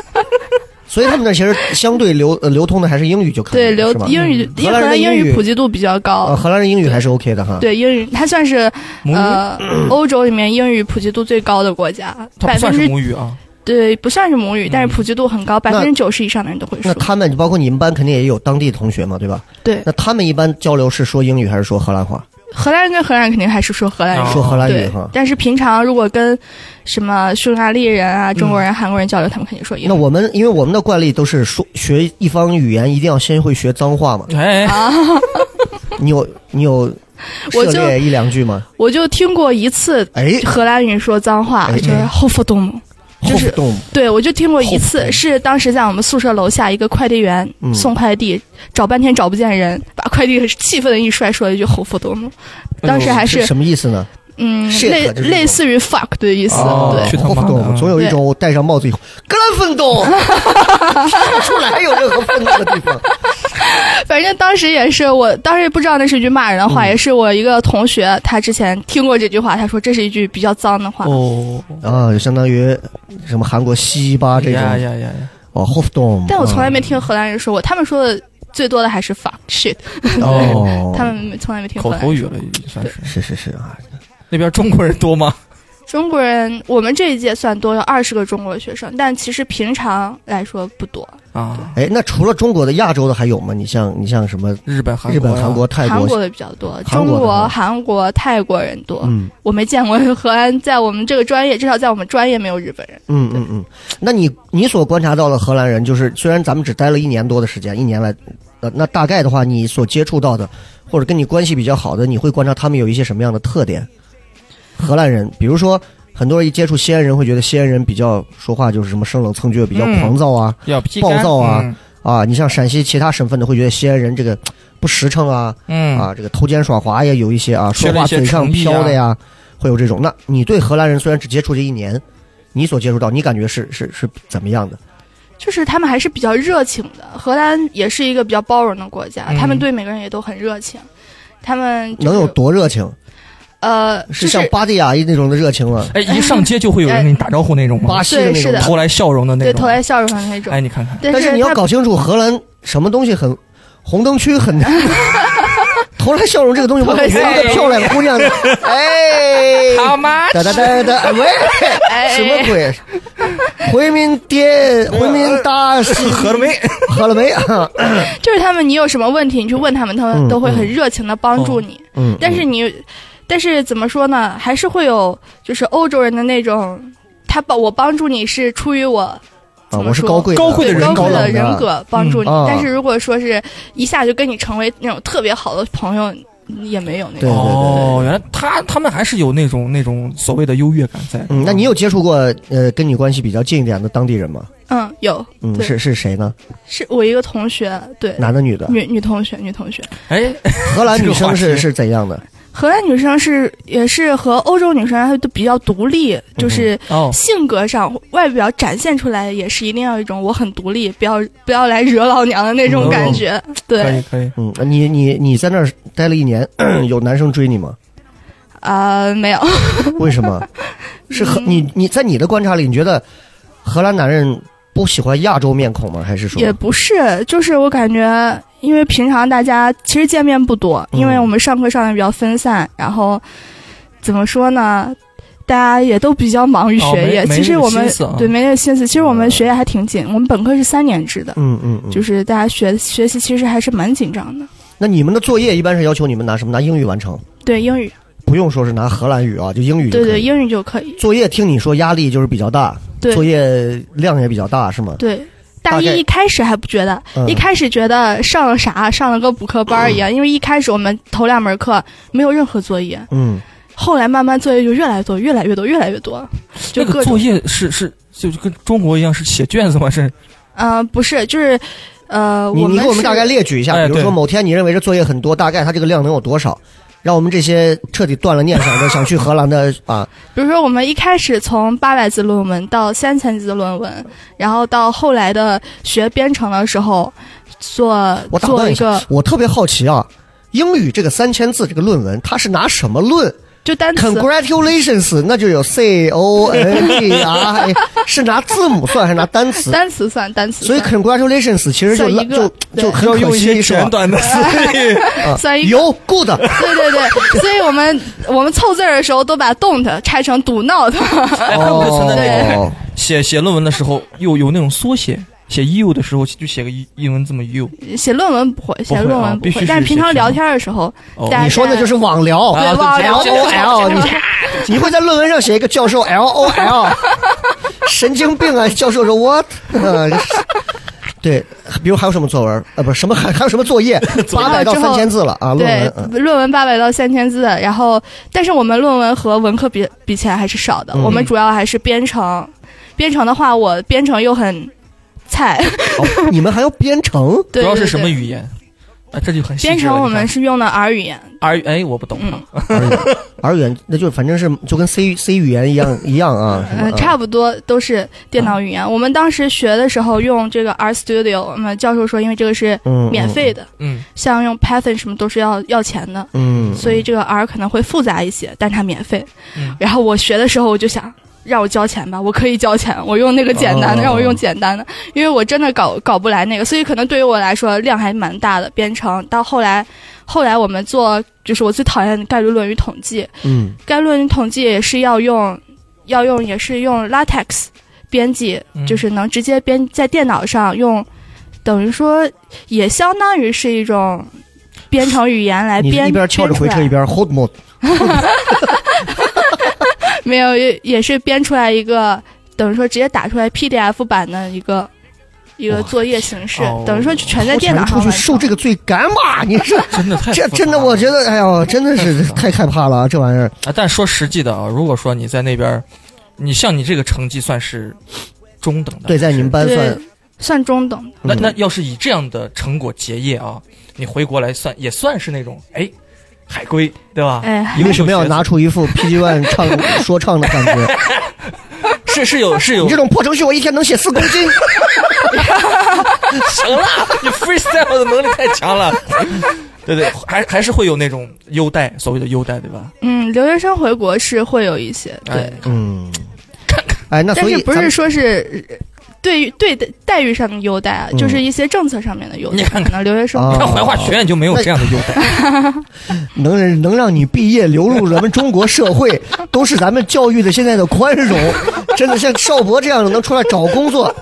所以他们那其实相对流呃流通的还是英语就可以了对，流是吧嗯英语，因荷为兰荷人的兰英英语语普及度比较啊，高，荷兰人英语还是 OK 的哈。对英语，它算是母语，呃欧洲里面英语普及度最高的国家，它百不分算是之母语啊。对不算是母语，但是普及度很高，百分之九十以上的人都会嗯那说。他们包括你们班肯定也有当地同学嘛，对吧？对，那他们一般交流是说英语还是说荷兰话？荷兰人跟荷兰人肯定还是说荷兰语，说荷兰语对哈。。但是平常如果跟什么匈牙利人啊、中国人、韩国人交流，他们肯定说嗯英那语。我们因为我们的惯例都是说学一方语言一定要先会学脏话嘛，哎，啊你有你有涉我就猎一两句吗？我就听过一次 哎，荷兰语说脏话，哎就是哎 h o f d o m 后不动对，我就听过一 Hoofdom 次，是当时在我们宿舍楼下一个快递员嗯送快递，找半天找不见人， 把快递气愤的一摔，说了一句 h o f d o m 当时还哎是什么意思呢？嗯， shit 这类是一种类似于 fuck 的意思，哦对。去他后妈不的动，总有一种戴上帽子以后，格兰奋斗，说不出来有任何愤怒的地方。反正当时也是，我当时也不知道那是一句骂人的话，嗯也是我一个同学，他之前听过这句话，他说这是一句比较脏的话。哦， 啊，就相当于什么韩国西巴啊这种呀呀呀呀！哦 h o f d o m 但我从来没听荷兰人说过，他们说的最多的还是 fuck shit，哦，他们从来没听口荷兰头人语说了，已经算是。是是是啊，那边中国人多吗？中国人，我们这一届算多，有二十个中国学生，但其实平常来说不多。啊，哎，那除了中国的亚洲的还有吗？你像你像什么日本、韩日国本、呀韩国、泰韩国国的比较多，韩中国的国、吗韩国、泰国人多。嗯我没见过荷兰，在我们这个专业，至少在我们专业没有日本人。嗯嗯嗯，那你你所观察到的荷兰人，就是虽然咱们只待了一年多的时间，一年来，呃，那大概的话，你所接触到的，或者跟你关系比较好的，你会观察他们有一些什么样的特点？荷兰人，比如说，很多人一接触西安人，会觉得西安人比较说话就是什么生冷蹭倔，比较嗯狂躁啊、要批暴干躁啊，啊。你像陕西其他省份的，会觉得西安人这个不实诚啊，嗯，嗯啊，这个偷奸耍滑也有一些啊，缺说了话一些嘴上诚意飘啊的呀，会有这种。那你对荷兰人虽然只接触这一年，你所接触到，你感觉是是是怎么样的？就是他们还是比较热情的。荷兰也是一个比较包容的国家，嗯他们对每个人也都很热情。他们、就是、能有多热情？呃，就是像巴蒂亚一那种的热情吗？哎，一上街就会有人给你打招呼那种吗巴？西的那对是种的。投来笑容的那对种。投来笑容的那种。哎，你看看，但但是是你要他搞清楚荷兰什么东西很红灯区 很。投来笑容这个东西，我投来感觉笑一个容漂亮姑娘，哎，好吗？哒哒哒哒，喂，哎什么鬼？回民爹，回民 大西，合了没？喝了没啊？就是他们，你有什么问题，你去问他们，他嗯们都会很热情的帮助你。嗯，但是你，但是怎么说呢，还是会有就是欧洲人的那种，他帮我帮助你是出于我啊，怎么我是说高贵高贵对的人格高贵冷的人格帮助你。嗯啊但是如果说是一下就跟你成为那种特别好的朋友，也没有那对种。哦，原来他他们还是有那种那种所谓的优越感在。嗯，那你有接触过呃跟你关系比较近一点的当地人吗？嗯，有，嗯，对是是谁呢？是我一个同学，对，男的女的？女女同学，女同学。哎，荷兰女这个话生题是是怎样的？荷兰女生是也是和欧洲女生她都比较独立，就是哦，性格上、外表展现出来也是一定要有一种我很独立，不要不要来惹老娘的那种感觉。哦可对以，可以，嗯，你你你在那儿待了一年， 有男生追你吗？啊、没有，为什么？是荷你你在你的观察里，你觉得荷兰男人不喜欢亚洲面孔吗？还是说也不是，就是我感觉，因为平常大家其实见面不多，嗯因为我们上课上的比较分散，然后怎么说呢？大家也都比较忙于哦学业，没没其实那个我们心思啊嗯对没那个心思。其实我们学业还挺紧，我们本科是三年制的，嗯嗯嗯，就是大家学学习其实还是蛮紧张的。那你们的作业一般是要求你们拿什么？拿英语完成，对英语，不用说是拿荷兰语啊，就英语就对可以。对英语就可以。作业听你说压力就是比较大，对作业量也比较大，是吗？对，大大概一一开始还不觉得，嗯一开始觉得上了啥，上了个补课班儿一样，因为一开始我们头两门课没有任何作业，嗯，后来慢慢作业就越来越多，越来越多，越来越多，这就各个种作业是是就就跟中国一样是写卷子吗？是呃，不是，就是呃，你你给我是们大概列举一下，哎比如对说某天你认为这作业很多，大概它这个量能有多少？让我们这些彻底断了念想的想去荷兰的啊，比如说我们一开始从八百字论文到三千字论文，然后到后来的学编程的时候，做我打做断一一下个，我特别好奇啊，英语这个三千字这个论文，它是拿什么论就单词？Congratulations，那就有 C O N G R，是拿字母算还是拿单词？单词算单词所以算， Congratulations 其实就算拉一个就就对很要可用一些惜是吧简？短的词语。 啊算一个有 good， 对对对，所以我们我们凑字儿的时候都把 don't 拆成 do not，哦哎，会不会存在那个写写论文的时候又有那种缩写？写 you 的时候就写个英英文字母 you。 写论文不会，写不会论啊文不必须会，是但是平写常成聊天的时候，哦大家你说的就是网聊啊对网，L 聊 O L，你你会在论文上写一个教授 L O L，神经病啊！教授说 what？呃对，比如还有什么作文？呃，不是什么还还有什么作 业？八百到之后三千字了啊！论对文，嗯论文八百到三千字，然后但是我们论文和文科比比起来还是少的，嗯我们主要还是编程。编程的话，我编程又很 菜，哦你们还要编程？主对，要是对什么对语言？啊，这就很细致了编程我你们看是用的 R 语言， R 哎，我不懂嗯，而语而语言，那就反正是就跟 C C 语言一样一样啊，是吧呃，差不多都是电脑语啊言。我们当时学的时候用这个 R Studio，我们教授说，因为这个是嗯免费的，嗯，像用 Python 什么都是要要钱的，嗯，所以这个 R 可能会复杂一些，但它免费。嗯然后我学的时候，我就想让我交钱吧，我可以交钱，我用那个简单哦的，让我用简单的，因为我真的搞搞不来那个，所以可能对于我来说量还蛮大的。编程到后来，后来我们做就是我最讨厌的概率论与统计，嗯概率论与统计也是要用，要用也是用 LaTeX 编辑，嗯就是能直接编在电脑上用，等于说也相当于是一种。编程语言来你是编，一边翘着编出回来车一边 hold mode，没有，也也是编出来一个，等于说直接打出来 PDF 版的一个一个作业形式，哦等于说全在我电脑想上出去完受成。这个罪该嘛？你是真的太这复杂真的，了我觉得，哎呦，真的 是太害怕了，这玩意儿。啊，但说实际的啊，如果说你在那边儿，你像你这个成绩算是中等 的，对，在你们班对算，，算中等的。那嗯那要是以这样的成果结业啊，你回国来算也算是那种哎海归对吧？哎一你路为什么要学拿出一 副 PG One 唱说唱的感 觉？是是有是有你这种破程序，我一天能写四公斤。行了，你 freestyle 的能力太强了。对对，还还是会有那种优待，所谓的优待，对吧？嗯，留学生回国是会有一些对，哎，嗯，哎，那但所是以不咱是们说是呃对于对待待遇上的优待啊，嗯就是一些政策上面的优待。你看看可能留学生、啊你看怀化学院就没有这样的优待，能能让你毕业流入咱们中国社会，都是咱们教育的现在的宽容。真的像邵博这样的能出来找工作，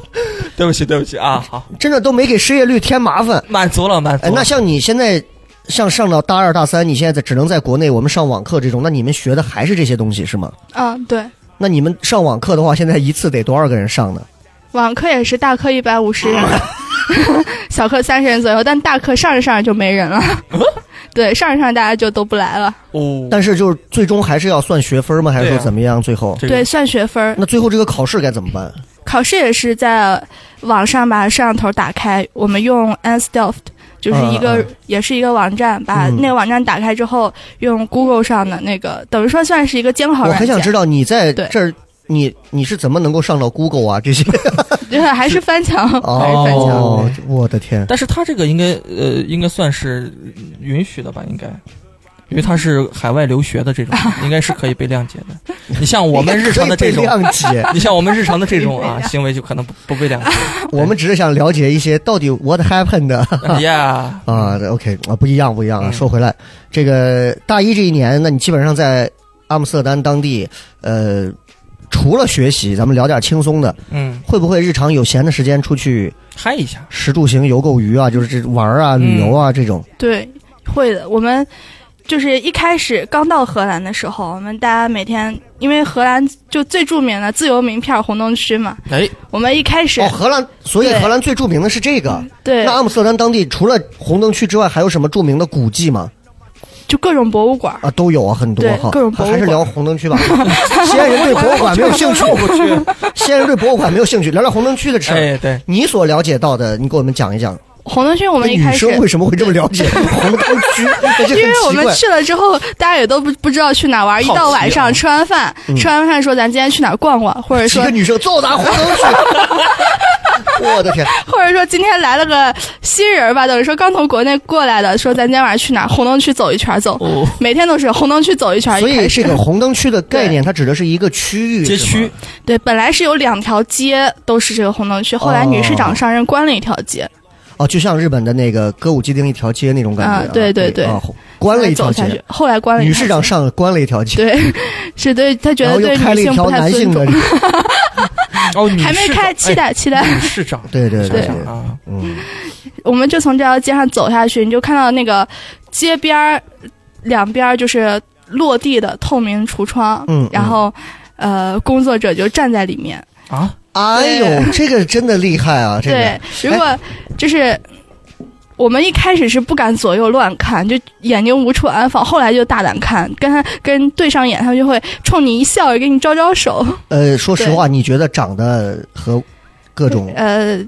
对不起对不起啊，好，真的都没给失业率添麻烦。满足了满足哎，了。那像你现在像上到大二大三，你现在在只能在国内我们上网课这种，那你们学的还是这些东西是吗？啊，对，那你们上网课的话，现在一次得多少个人上呢？网课也是大课一百五 十人，小课三十人左右，但大课上着上着就没人了。哦 对，上着上着大家就都不来了。哦，但是就是最终还是要算学分吗？还是说对啊怎么样？最后，这个对，算学分儿。那最后这个考试该怎么办？考试也是在网上把摄像头打开，我们用 Anself，就是一个、嗯嗯也是一个网站，把嗯那个网站打开之后，用 Google 上的那个，等于说算是一个监考我软很件想，知道你在对这儿，你你是怎么能够上到 Google 啊 这些？对， 还是翻墙，还是翻墙。哦，我的天！但是他这个应该呃，应该算是允许的吧？应该，因为他是海外留学的这 种，应该是可以被谅解的。你像我们日常的这种可 以，被谅解，你像我们日常的这种啊可以被谅解行为，就可能不不被谅 我们只是想了解一些到底 what happened 的。 解。哎呀，啊对，OK 啊，不一样，不一样啊。嗯说回来，这个大一这一年，那你基本上在阿姆斯特丹当地，呃，除了学习，咱们聊点轻松的，嗯，会不会日常有闲的时间出去嗨一下，食住行游购娱啊，就是这玩啊、旅游啊这种？对，会的。我们就是一开始刚到荷兰的时候，我们大家每天，因为荷兰就最著名的自由名片红灯区嘛，哎，我们一开始、哦，荷兰，所以对嗯荷兰最著名的是这个。对那阿姆斯特丹当地除了红灯区之外，还有什么著名的古迹吗？就各种博物馆儿，啊，都有啊，很多对哈。各种博物还是馆聊红灯区吧。 西安人对博物馆没有兴趣，西安人对博物馆没有兴趣，聊聊红灯区的事儿。哎对，你所了解到的，你给我们讲一讲。红灯区我那们一女开始生为什么会这么了解红灯区？ 那就 因为我很奇们怪。去了之后，大家也都不不知道去哪玩。一好奇啊到晚上吃完饭，嗯吃完饭说咱今天去哪儿逛逛，或者几 说个女生揍咱红灯区。 我的天！或者说今天来了个新人儿吧，等于说刚从国内过来的，说咱今天晚上去哪儿红灯区走一圈儿走。哦，每天都是红灯区走一圈儿，所一以啊开始这个红灯区的概念，它指的是一个区域街区是吗，对，本来是有两条街都是这个红灯区，后来女市长上任关了一条街，哦，就像日本的那个歌舞伎町一条街那种感觉啊。啊对对对啊，关了一条走下去街，，后来关了一女条街市长上了关了一条街，对，是对他觉然得后又对开了女一性条不太男尊性重的。哦，女还没市开，长期哎待期 待。女市长，对对 女市对长对啊，嗯，我们就从这条街上走下去，你就看到那个街边儿两边儿就是落地的透明橱窗，嗯嗯然后呃，工作者就站在里面。啊，哎呦，这个真的厉害啊！这对个，如果就是我们一开始是不敢左右乱看，就眼睛无处安放，后来就大胆看，跟他跟对上眼，他们就会冲你一笑，给你招招手。呃，说实话，你觉得长得和各种呃，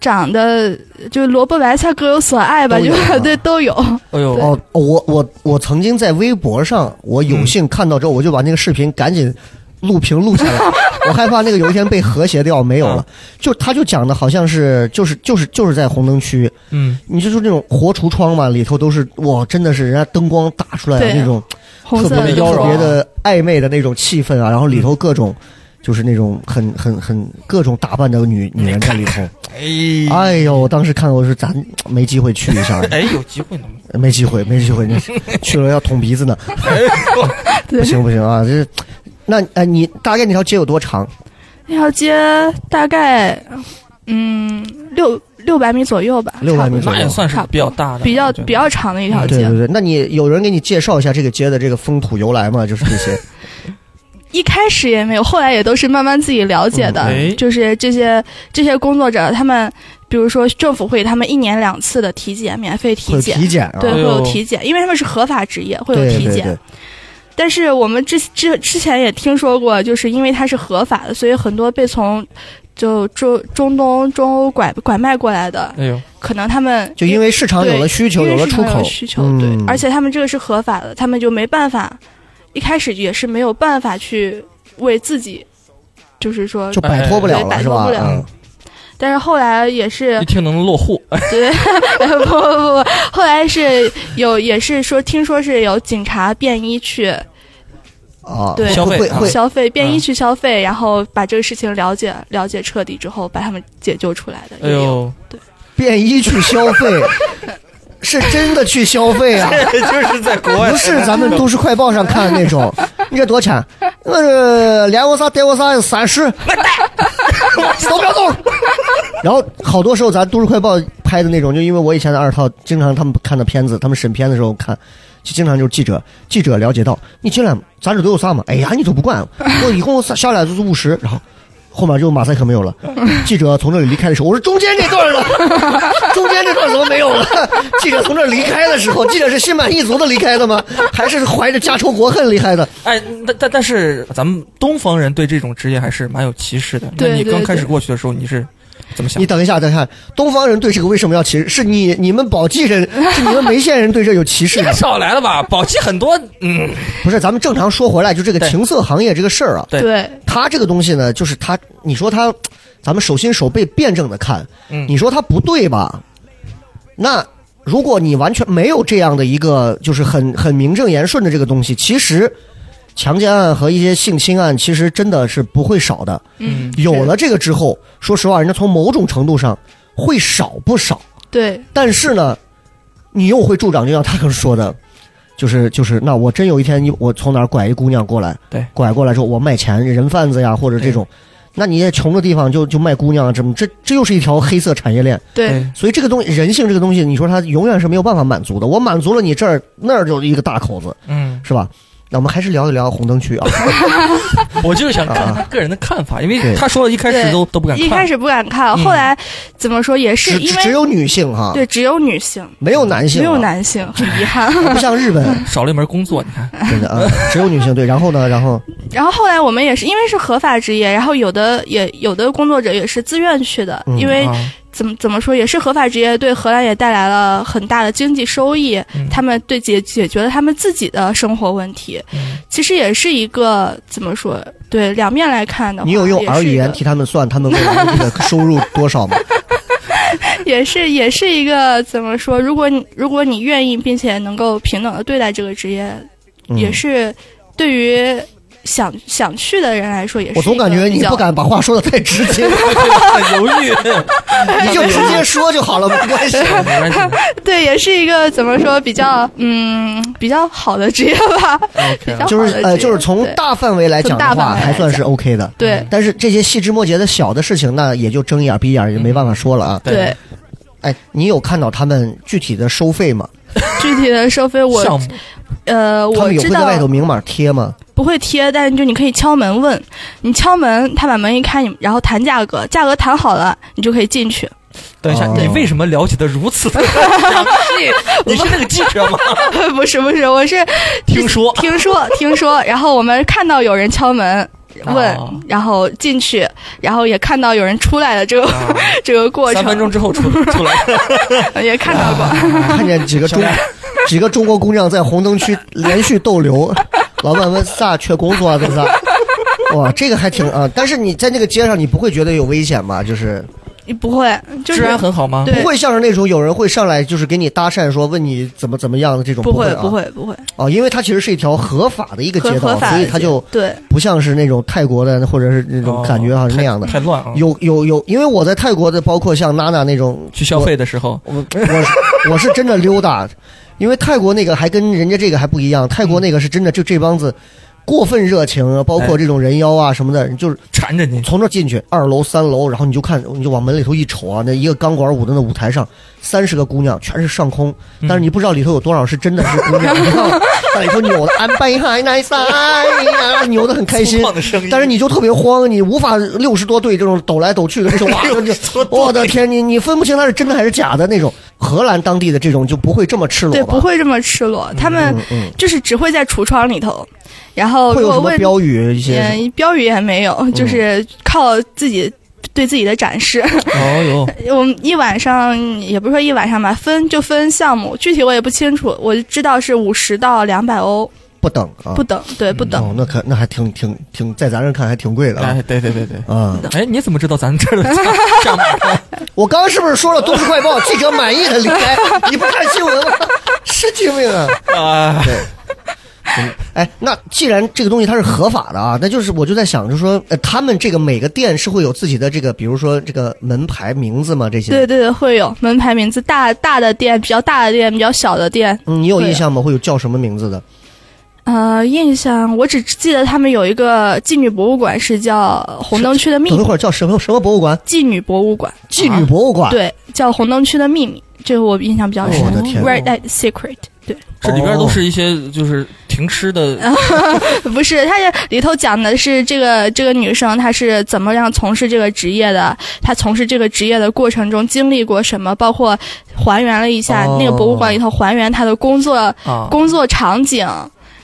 长得就萝卜白菜各有所爱吧，都就有啊 对都有。哎呦，哦，我我我曾经在微博上，我嗯有幸看到之后，我就把那个视频赶紧录屏录下来， 我害怕那个有一天被和谐掉没有嗯了。就他就讲的好像是就是就是就是在红灯区，嗯，你就说那种活橱窗嘛，里头都是哇，真的是人家灯光打出来的对那种红特色别的嗯妖娆特别的暧昧的那种气氛啊，然后里头各种。就是那种很很很各种打扮的女女人在里头，哎哎呦！我当时看我是咱没机会去一 下，哎，有机会呢，没机会，没机会，你去了要捅鼻子呢。哎对不行不行啊，这那哎，你大概那条街有多长？那条街大概嗯六六百米左右吧，六百米左那也右。算是比较大的，比较我觉得比较长的一条对街对。对，那你有人给你介绍一下这个街的这个风土由来吗？就是这些，一开始也没有，后来也都是慢慢自己了解的。嗯哎就是这些这些工作者，他们比如说政府会，他们一年两次的体检，免费 体会检，体检啊，对，哎会呦有体检，因为他们是合法职业，会有对体对检。对，但是我们之之之前也听说过，就是因为它是合法的，所以很多被从就中中东、中欧拐拐卖过来的，哎呦，可能他们就因为市场有了需求，因为了市出场有口，需求，对嗯，而且他们这个是合法的，他们就没办法，一开始也是没有办法去为自己，就是说就，摆脱不了对了，摆是脱吧不？了嗯，但是后来也是 一听能落户，哎对，不不不，后来是有也是说，听说是有警察便衣去啊，对消会费会啊会消费，便衣嗯去消费，然后把这个事情了解了解彻底之后，把他们解救出来的。哎也有，呦，便衣去消费， 是真的去消费啊。就是在国外不是咱 们都市快报上看的那种，你这多少钱？我这连我啥带我啥三十， 都不要动。然后好多时候咱都市快报拍的那种，就因为我以前的二套，经常他们看的片子，他们审片的时候看，就经常就是记者记者了解到，你进来咱这都有啥嘛？哎呀，你都不管，我一共下来就是五十，然后。后面就马赛克没有了。记者从这里离开的时候，我说中间这段呢？中间这段怎么没有了？记者从这儿离开的时候，记者是心满意足的离开的吗？还是怀着家仇国恨离开的？哎，但但但是咱们东方人对这种职业还是蛮有歧视的。对那你对刚开始对过去的时候，你是怎么想你？等一下，等一下，东方人对这个为什么要歧视？是你你们宝鸡人，是你们眉县人对这有歧视这 吗个？少来了吧，宝鸡很多，嗯，不是，咱们正常说回来，就这个对情色行业这个事儿啊，对对它这个东西呢，就是它，你说它，咱们手心手背辩证的看，嗯你说它不对吧？那如果你完全没有这样的一个，就是很很名正言顺的这个东西，其实强奸案和一些性侵案，其实真的是不会少的。嗯，有了这个之后，说实话，人家从某种程度上会少不少，对但是呢，你又会助长，就像他刚说的，就是就是，那我真有一天，我从哪儿拐一姑娘过来，对，拐过来之后我卖钱，人贩子呀，或者这种，那你也穷的地方就就卖姑娘啊，这么这这又是一条黑色产业链。哎对，所以这个东西，人性这个东西，你说它永远是没有办法满足的。我满足了你这儿那儿就一个大口子，嗯，是吧？那我们还是聊一聊红灯区啊，我就是想看他个人的看法，因为对他说了一开始对都都不敢看，一开始不敢看，后来怎么说也嗯只是因只为有女性哈，对只有女性，没有男性，啊没有，男性，很遗憾。不像日本，少了一门工作，你看，真的啊，只有女性对。然后呢，然后然后后来我们也是因为是合法职业，然后有的也有的工作者也是自愿去的，嗯因为 啊怎么怎么说也是合法职业，对荷兰也带来了很大的经济收益。嗯他们对解解决了他们自己的生活问题，嗯其实也是一个怎么说？对两面来看的话，你有用啊也是 R 语言 一个替他们算他们未来的这个收入多少 吗？也是也是一个怎么说？如果你如果你愿意，并且能够平等的对待这个职业，嗯也是对于想想去的人来说，也是我总感觉一个比你较不敢把话说的太直 接，很犹豫，你就直接说就好了，没关 系。没关系。对，也是一个怎么说比较嗯比较好的职业吧。 OK，较就是好的呃，职就业是从对大范围来讲从的大话，范围来还算是 OK 的。对但是这些细枝末节的小的事情，那也就睁一眼闭一眼，也没嗯办法说了啊。对，哎，你有看到他们具体的收费吗？具体的收费项我目呃他我们有知会在道外头明码贴吗？不会贴，但是就你可以敲门问，你敲门，他把门一开，你然后谈价格，价格谈好了，你就可以进去。等一下，哦你为什么了解的如此 的详细？你是那个记者吗？不是不是，我是听说听说听说，然后我们看到有人敲门。问哦，然后进去，然后也看到有人出来的这个、 这个过哦程，三分钟之后出出来， 也看到过。啊看见几个中小亮几个中国姑娘在红灯区连续逗留，老板问啥缺工作啊？这啥？哇，这个还挺啊！但是你在那个街上，你不会觉得有危险吧？就是你不会，就是治安很好吗？对不会像是那种有人会上来就是给你搭讪说问你怎么怎么样的这种，不会会啊不会不会哦，因为它其实是一条合法的一个合街合道，啊法的所以街它就对不像是那种泰国的或者是那种哦感觉好像那样的。太乱啊！有有有，因为我在泰国的，包括像娜娜那种去消，费的时候，我我我我是真的溜达，因为泰国那个还跟人家这个还不一样，泰国那个是真的就这帮子过分热情啊，包括这种人妖啊什么的，就是缠着你，从这进去二楼三楼，然后你就看你就往门里头一瞅啊，那一个钢管舞的那舞台上三十个姑娘全是上空，嗯但是你不知道里头有多少是真的是 姑娘，你知道吗在里头扭的安倍海奶塞哎呀，扭的很开心粗犷的声音，但是你就特别慌，你无法六十多队这种抖来抖去的这 种，哇，就我的天，你你分不清它是真的还是假的那种。荷兰当地的这种就不会这么赤裸吧，对，不会这么赤裸，他们嗯就是只会在橱窗里头，然后会哦如有什么果问标语一些嗯，标语也没有，就是靠自己对自己的展示。 哦哟，我们一晚上也不是说一晚上吧，分就分项目，具体我也不清楚，我就知道是五十到两百欧不等啊不，等，对不等。哦，那可那还挺挺挺，在咱这看还挺贵的啊哎，对对对对。啊。哎，你怎么知道咱这儿的 价价码？我刚刚是不是说了《都市快 报》记者满意的离开？你不看新闻吗？神经病啊！啊，对。嗯哎，那既然这个东西它是合法的啊，那就是我就在想，就说、呃、他们这个每个店是会有自己的这个，比如说这个门牌名字吗？这些，对对对，会有门牌名字，大大的店、比较大的店、比较小的店，嗯，你有会印有象吗？会有叫什么名字的？呃，印象我只记得他们有一个妓女博物馆，是叫红灯区的秘等一密会儿叫什么什么博物馆？妓女博物馆，妓女博物馆。，啊对，叫红灯区的秘密，这个我印象比较深。啊哦我的天啊 Red at Secret，对， 这里边都是一些就是停尸的，啊不是，它这里头讲的是这个这个女生她是怎么样从事这个职业的，她从事这个职业的过程中经历过什么，包括还原了一下、那个博物馆里头还原她的工作、啊，工作场景，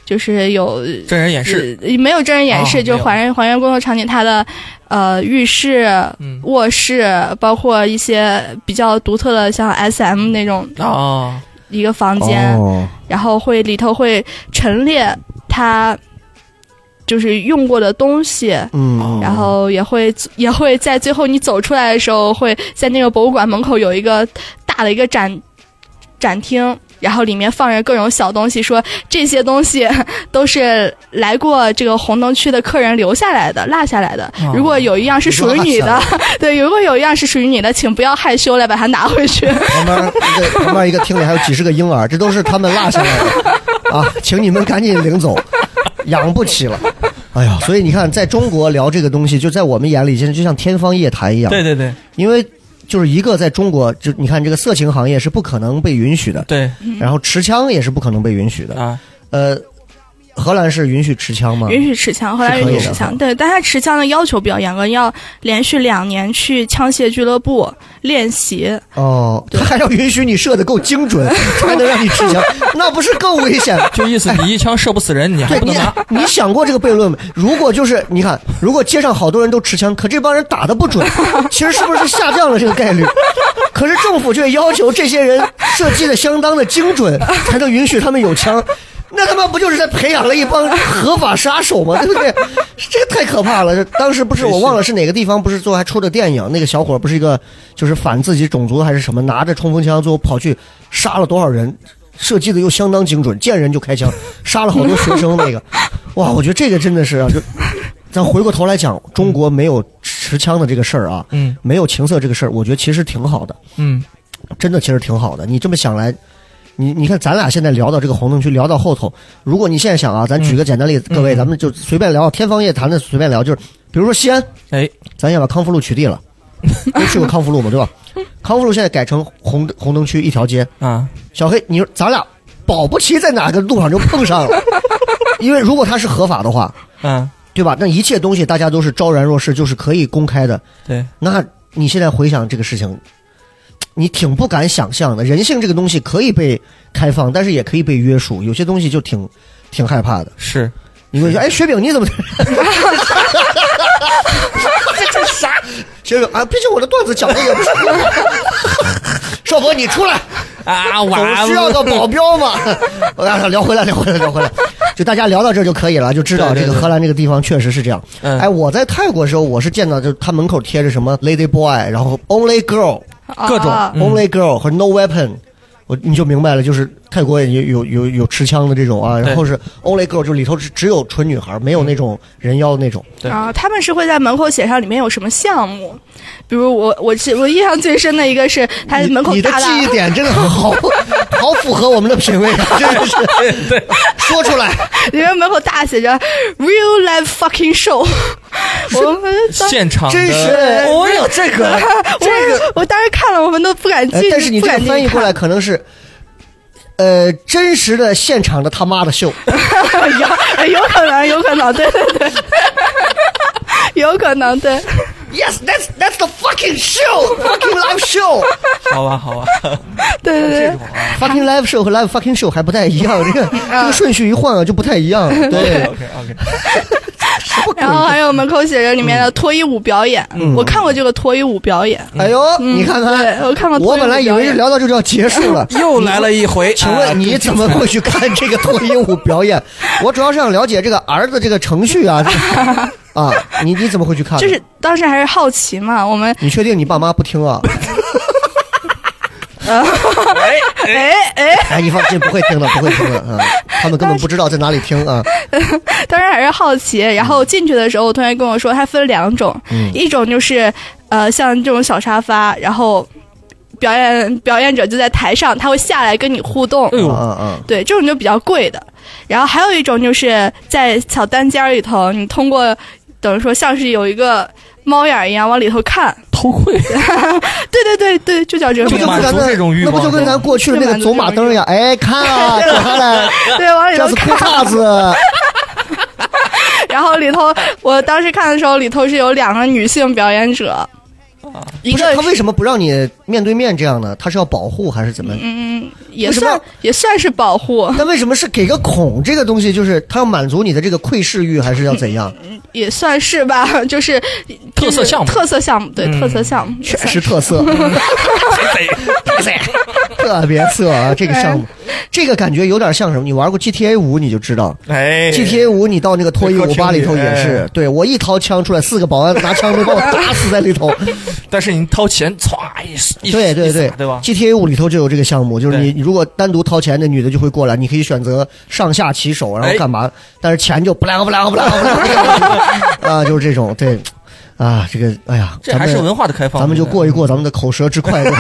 就是有真人演示，呃没有真人演示，哦就没有还原还原工作场景，它的呃浴室、嗯卧室，包括一些比较独特的，像 S M 那种啊，一个房间，哦，然后会里头会陈列它就是用过的东西。嗯，然后也会也会在最后你走出来的时候，会在那个博物馆门口有一个大的一个展展厅，然后里面放着各种小东西，说这些东西都是来过这个红灯区的客人留下来的、落下来的。哦如果有一样是属于你落的， 对，如果有一样是属于你的，请不要害羞来把它拿回去。旁边一个旁边一个厅里还有几十个婴儿，这都是他们落下来的啊，请你们赶紧领走，养不起了。哎呀，所以你看，在中国聊这个东西，就在我们眼里，现在就像天方夜谭一样。对，对对因为就是一个在中国，就你看这个色情行业是不可能被允许的，对嗯然后持枪也是不可能被允许的。啊，呃，荷兰是允许持枪吗？允许持枪，后来是可允以许的持枪，对，但他持枪的要求比较严格，要连续两年去枪械俱乐部练习。哦，他还要允许你射的够精准，才能让你持 枪，那不是更危险？就意思你一枪射不死人，你还对不你能拿，， 你想过这个悖论没？如果就是你看，如果街上好多人都持枪，可这帮人打的不准，其实是不是下降了这个概率？ 可是政府却要求这些人射击的相当的精准，才能允许他们有枪。那他妈不就是在培养了一帮合法杀手吗？对不对？这个太可怕了！这当时不是我忘了是哪个地方，不是最后还出的电影，那个小伙不是一个就是反自己种族还是什么，拿着冲锋枪最后跑去杀了多少人，设计的又相当精准，见人就开枪，杀了好多学生那个，哇，我觉得这个真的是啊，就咱回过头来讲，中国没有持枪的这个事儿啊，嗯没有情色这个事儿，我觉得其实挺好的，嗯，真的其实挺好的。你这么想来，你你看咱俩现在聊到这个红灯区，聊到后头，如果你现在想啊，咱举个简单例子，各位，咱们就随便聊，天方夜谭的随便聊，就是比如说西安，哎，咱也把康复路取缔了，都去过康复路嘛，对吧？康复路现在改成红红灯区一条街，啊，小黑，你说咱俩保不齐在哪个路上就碰上了，因为如果它是合法的话，嗯，对吧？那一切东西大家都是昭然若市，就是可以公开的。对，那你现在回想这个事情，你挺不敢想象的。人性这个东西可以被开放，但是也可以被约束，有些东西就挺挺害怕的。是，你会说，哎，雪饼你怎么？这啥？ 雪饼啊，毕竟我的段子讲的也不是。 少博，你出来。啊，总我需要个保镖嘛。我俩聊回来，聊回来，聊回来，就大家聊到这儿就可以了，就知道对对这个对荷兰这个地方确实是这样。嗯哎，我在泰国的时候，我是见到，就是他门口贴着什么 Lady Boy，然后 Only Girl、各种啊嗯 Only Girl 和 No Weapon。我你就明白了，就是泰国也有有有有持枪的这种啊，对然后是 Only Girl，就里头只只有纯女孩，没有那种人妖那种。对啊，他们是会在门口写上里面有什么项目，比如我我记我印象最深的一个是他你哎门口你的大记大 忆点真的很好，好符合我们的品味，啊真的是。对，说出来，里面门口大写着 “Real Life Fucking Show”，我们当现场真是的，我有这个。这个我当时看了，我们都不敢哎进，，但是你不这个敢翻译进过来可能是，呃，真实的现场的他妈的秀，看有 哎有可能，有可能，对对对，有可能对。 Yes, that's that's the fucking show, fucking live show, 好吧，好吧，对对对， fucking live show 和 live fucking show 还不太一样，这个这个顺序一 换啊就不太一样了。对，啊，OK OK，然后还有门口写着里面嗯的脱衣舞表演，我看过这个脱衣舞表演，嗯哎呦，嗯你看看，对我看过脱衣舞我本来以为表是演聊到这哦就要结束 了。又来了一回，请啊问你怎么会去看这个脱衣舞表演？我主要是想了解这个儿子这个程序 啊，这啊，你你怎么会去看？就是当时还是好奇嘛，我们你确定你爸妈不听啊？哎哎，哎，你放心，不会听的，不会听的啊！他们根本不知道在哪里听啊。当时还是好奇。然后进去的时候，我同学跟我说，它分两种，一种就是呃像这种小沙发，然后表演表演者就在台上，他会下来跟你互动，哎啊呦，啊对，这种就比较贵的。然后还有一种就是在小单间儿里头，你通过等于说像是有一个猫眼儿一样往里头看，偷 窥，对对对对，就叫这那个不就名跟字，咱满足这种欲那望不就跟咱过去的那个走马灯一样？哎，看啊，看了，对，往里这头是裤哎看。衩子，然后里头，我当时看的时候，里头是有两个女性表演者，一哦不是个他为什么不让你面对面这样呢？他是要保护还是怎么？嗯也为什么算也算是保护，那为什么是给个孔这个东西？就是他要满足你的这个窥视欲，还是要怎样？也算是吧，就是特就是色项目特色项目，对，嗯特色项目，确确实特色， 特别色啊！这个项目，这个感觉有点像什么？你玩过 GTA 五你就知道， 哎 GTA 五，你到那个脱衣舞吧里头也哎是，对我一掏枪出来，四个保安拿枪都把我打死在里头。但是你掏钱，歘一 一对对一对撒，对吧？ ？GTA 五里头就有这个项目，就是你你对如果单独掏钱，那女的就会过来，你可以选择上下其手，然后哎干嘛？但是钱就不啦不啦不啦不啦，啊，就是这种对，啊，这个哎呀，这还咱是们文化的开放，咱们就对过一过咱们的口舌之快 乐。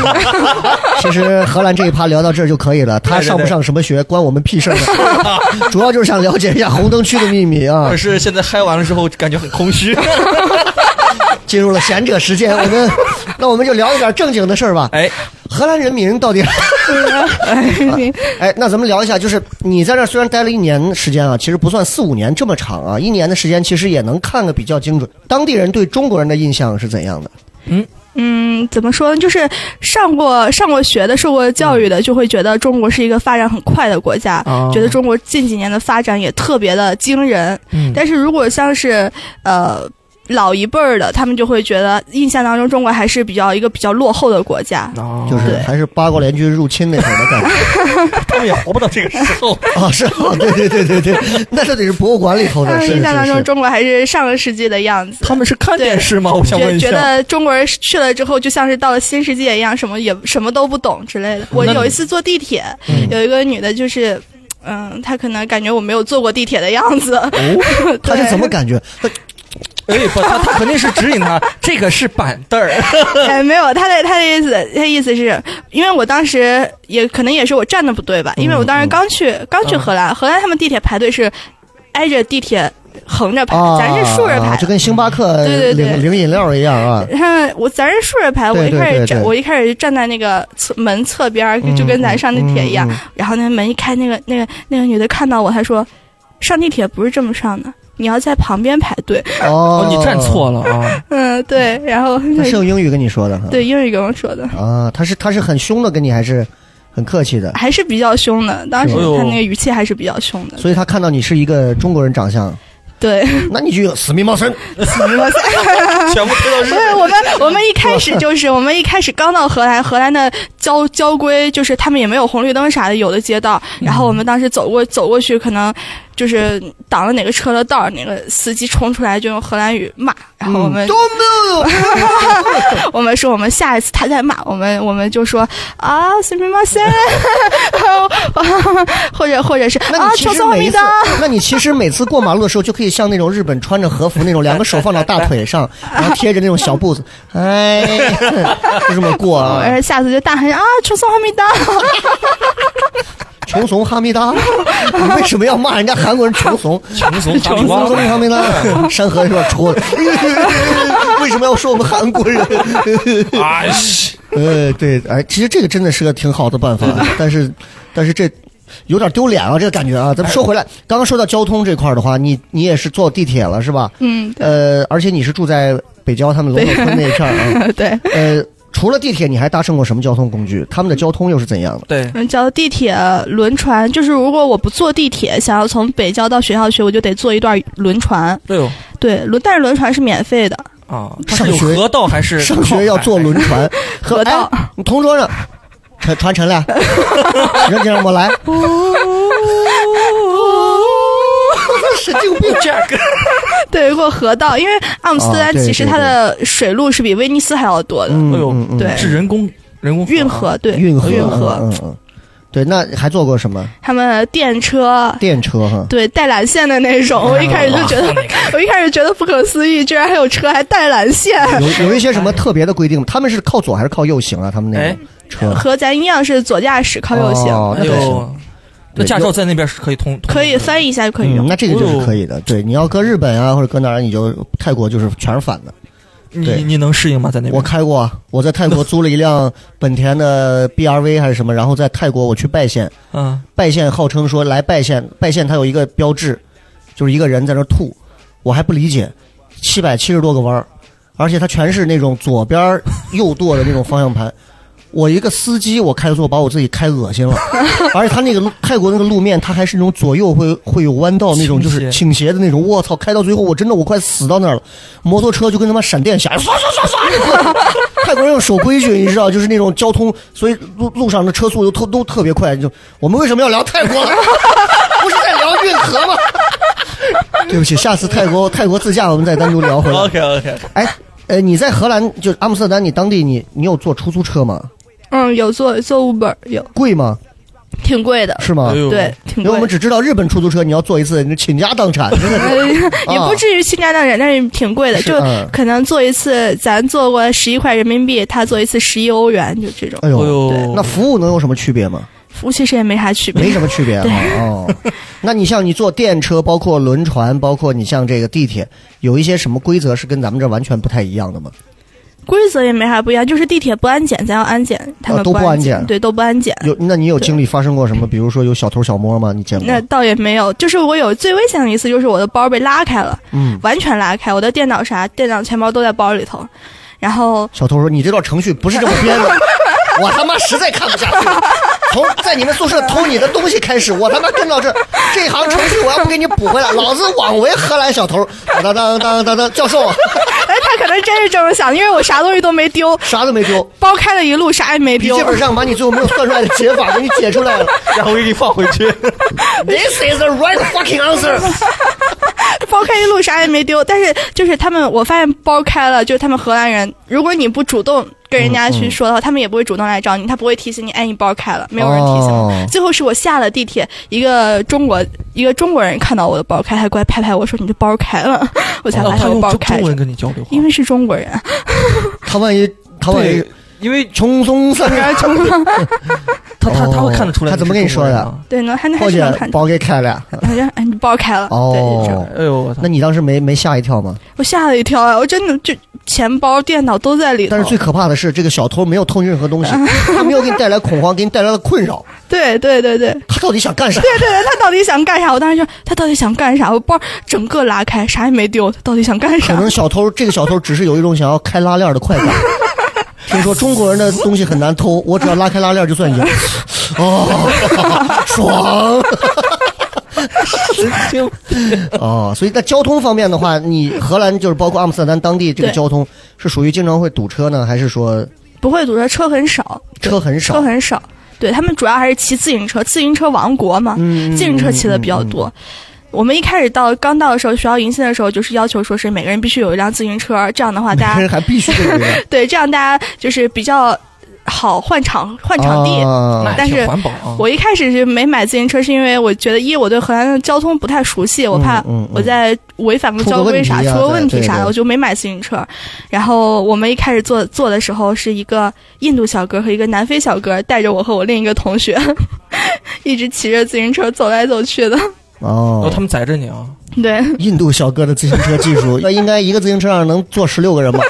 其实荷兰这一趴聊到这儿就可以了，他对对对上不上什么学关我们屁事儿呢？ 主要就是想了解一下红灯区的秘密啊。可是现在嗨完了之后，感觉很空虚。进入了贤者时 间，我们那我们就聊一点正经的事儿吧。哎，荷兰人民到底？ 啊哎，那咱们聊一下，就是你在这儿虽然待了一年时间啊，其实不算四五年这么长啊，一年的时间其实也能看个比较精准。当地人对中国人的印象是怎样的？嗯，怎么说呢？就是上过上过学的、受过教育的，就会觉得中国是一个发展很快的国家，嗯哦觉得中国近几年的发展也特别的惊人。嗯但是如果像是呃老一辈儿的，他们就会觉得印象当中中国还是比较一个比较落后的国家。哦就是还是八国联军入侵那会儿的感 觉他们也活不到这个时候。啊，是啊，对对对对对，那就得是博物馆里头他 的，们是印象当是中是。中国还是上个世纪的样子。他们是看对电视吗？我想问觉一觉下。得中国人去了之后，就像是到了新世界一样，什么也什么都不懂之类的。我嗯那嗯有一次坐地铁，有一个女的，就是，嗯，她可能感觉我没有坐过地铁的样 子。哦，他是 对怎么感觉？哎，不，他他肯定是指引他，这个是板凳儿。哎，没有，她的她的意思，她的意思是因为我当时也可能也是我站的不对嗯吧，因为我当时刚去刚去荷兰，荷兰他们地铁排队是挨着地铁横着排，啊，咱是竖着排就。跟星巴克对对对领领饮料一样啊。他们我咱是竖着排，我对一开对始对站，对嗯我一开始就站在那个侧门侧边儿，就跟咱上地铁一样。嗯嗯然后那门一开，那个那个那个女的看到我，她说：“上地铁不是这么上的，你要在旁边排队。哦哦，，你站错了啊！”嗯，对。然后他是用英语跟你说的哈。对英语跟我说的，啊，他是他是很凶的跟你，还是很客气的？还是比较凶的。当时哎呦她那个语气还是比较凶的。所以他看到你是一个中国人长 相，对，那你就有死命冒生。啊全部推到不是我们，我们一开始就是我们一开始刚到荷兰，荷兰的交交规就是他们也没有红绿灯啥的，有的街道。然后我们当时走过走过去，可能就是挡了哪个车的道儿，哪个司机冲出来就用荷兰语骂，然 后我嗯们、我们说我们下一次他再骂我们，我们就说啊，随便骂先，或者或者是那啊，你其求实送我每一名次单。， 那你其实每次过马路的时候，就可以像那种日本穿着和服那种，两个手放到大腿 上，然后贴着那种小步子，哎，就这么过 啊。而下次就大喊啊，求送我名单。穷怂哈密 达，你为什么要骂人家韩国人穷怂？穷怂哈密穷瓜怂哈密达，山河有点戳了。 为什么要说我们韩国人？哎西呃，对， 哎，其实这个真的是个挺好的办法，但是，但是这有点丢脸啊，这个感觉啊。咱们说回来，刚刚说到交通这块儿的话，你你也是坐地铁了是吧？嗯，呃，而且你是住在北郊他们龙口村那一片儿 啊。 对。呃，除了地铁，你还搭乘过什么交通工具？他们的交通又是怎样的？对，嗯，叫地铁、轮船，就是如果我不坐地铁，想要从北郊到学校去，我就得坐一段轮船。对哦，对，轮但是轮船是免费的，啊，它是上有学河道还是上学要坐轮船， 和河道哎，你同桌上传传承来，人家让我来，神经病。这个 对，过河道，因为阿姆斯特哦丹对其实对它的水路是比威尼斯还要多的，嗯哎呦嗯嗯对是人工人工运啊河对运河，运嗯河，嗯嗯，对，那还坐过什么他们电车。电车哈？对带缆线的那种，我一开始就觉得， 我一开始觉得不可思议，居然还有车还带缆线，有有一些什么特别的规定吗？他们是靠左还是靠右行啊？他们那哎种车和咱一样是左驾 驶靠右行，哦哎那倒呦是，那对驾照在那边是可以通，通可以的翻译一下就可以嗯，用。那这个就是可以的。对，你要搁日本啊，或者搁哪儿，你就泰国就是全是反的。对你你能适应吗？在那边我开过，啊，我在泰国租了一辆本田的 BRV 还是什么，然后在泰国我去拜县，嗯，拜县号称说来拜县，拜县它有一个标志，就是一个人在那儿吐，我还不理解，七百七十多个弯儿，而且它全是那种左边儿 右舵的那种方向盘。我一个司机，我开错把我自己开恶 心了，而且他那个路泰国那个路面，它还是那种左右会会有弯道那种，倾斜就是倾斜的那种。我操，开到最后我真的我快死到那儿了，摩托车就跟他妈闪电侠，唰唰唰 唰，泰国人要守规矩，你知道，就是那种交通，所以路路上的车速都特都特别快。就我们为什么要聊泰国 了？不是在聊运河吗？ 对不起，下次泰国泰国自驾我们再单独聊回来。 OK，哎，呃，你在荷兰就阿姆斯特丹，你当地你你有坐出租车吗？嗯，有坐坐 Uber 有，贵吗？挺贵的，是哎吗？对，，挺因为我们贵的。只知道日本出租车，你要坐一次，你倾家荡产，真的是。 也不至于倾家荡产，但是挺贵的，啊是就嗯可能做一次，咱做过十一块人民币，他做一次十一欧元，就这种哎，哎呦，呦，那服务能有什么区别吗？服务其实也没啥区别。没什么区别啊。哦，那你像你坐电车，包括轮船，包括你像这个地铁，有一些什么规则是跟咱们这完全不太一样的吗？规则也没啥不一样，就是地铁不安检，咱要安检，他们啊都不安安检对，都不安检。有，那你有经历发生过什么？比如说有小偷小摸吗？你见过？那倒也没有，就是我有最危险的一次，就是我的包被拉开了，嗯，完全拉开，我的电脑啥、电脑、钱包都在包里头，然后 小偷说你这道程序不是这么编的，我他妈实在看不下去了。从在你们宿舍偷你的东西开始，我他妈跟到这儿这行程序，我要不给你补回来，老子枉为荷兰小偷，当当当当当，教授哎，他可能真是这么想，因为我啥东西都没丢，啥都没丢，包开了一路啥也没笔丢 记。本上把你最后没有算出来的解法给你解出来了， 然后给你放回去。This is the right fucking answer。包开一路啥也没丢，但是就是他们，我发现包开了，就是他们荷兰人，如果你不主动跟人家去说的话，他们也不会主动来找你，他不会提醒你，哎，你包开了，没有人提醒我。哦最后是我下了地铁，一个中国一个中国人看到我的包开，他过来拍拍我说：“你的包开了。” 我才哦发他现我用包中开中着文跟你交流啊，因为是中国人，他万一他万一对，因为穷松 散，他他他会看得出哦来他是中国人啊。怎么跟你说的对呢，还能还或是能者看到。包给开了。他说：“哎，你包开了。对，就是这样哦，哎呦，我操那 你当时没没吓一跳吗？我吓了一跳啊！我真的就钱包、电脑都在里头。但是最可怕的是，这个小偷没有偷你任何东 西，他没有给你带来恐慌，给你带来了困扰。对对对对，他到底想干啥？对对对，他到底想干啥？我当时就他到底想干啥？我包整个拉开，啥也没丢，他到底想干可啥？能小偷这个小偷只是有一种想要开拉链的 快感。听说中国人的东西很难偷，我只要拉开拉链就算赢。 哦，爽！哎哦，所以在交通方面的话，你荷兰就是包括阿姆斯特丹当地这个对交通是属于经常会堵车呢，还是说不会堵车，车很少，车很少？车很少。对他们主要还是骑自行车，自行车王国嘛，嗯自行车骑的比较多。我们一开始到刚到的时候，学校迎新的时候，就是要求说是每个人必须有一辆自行车，这样的话大 但是家还必须得有一个对这样大家就是比较好换场换场地。哎啊那但挺是环保嗯啊，我一开始是没买自行车，是因为我觉得一我对荷兰的交通不太熟悉，我怕嗯嗯我在违反个交规啥出个问题啊出个问题对啥对的，对我就没买自行车。然后我们一开始坐坐的时候，是一个印度小哥和一个南非小哥带着我和我另一个同学， 一直骑着自行车走来 走去的。然哦后他们载着你啊，对，印度小哥的自行车技术， 那应该一个自行车上能坐十六个人 吧？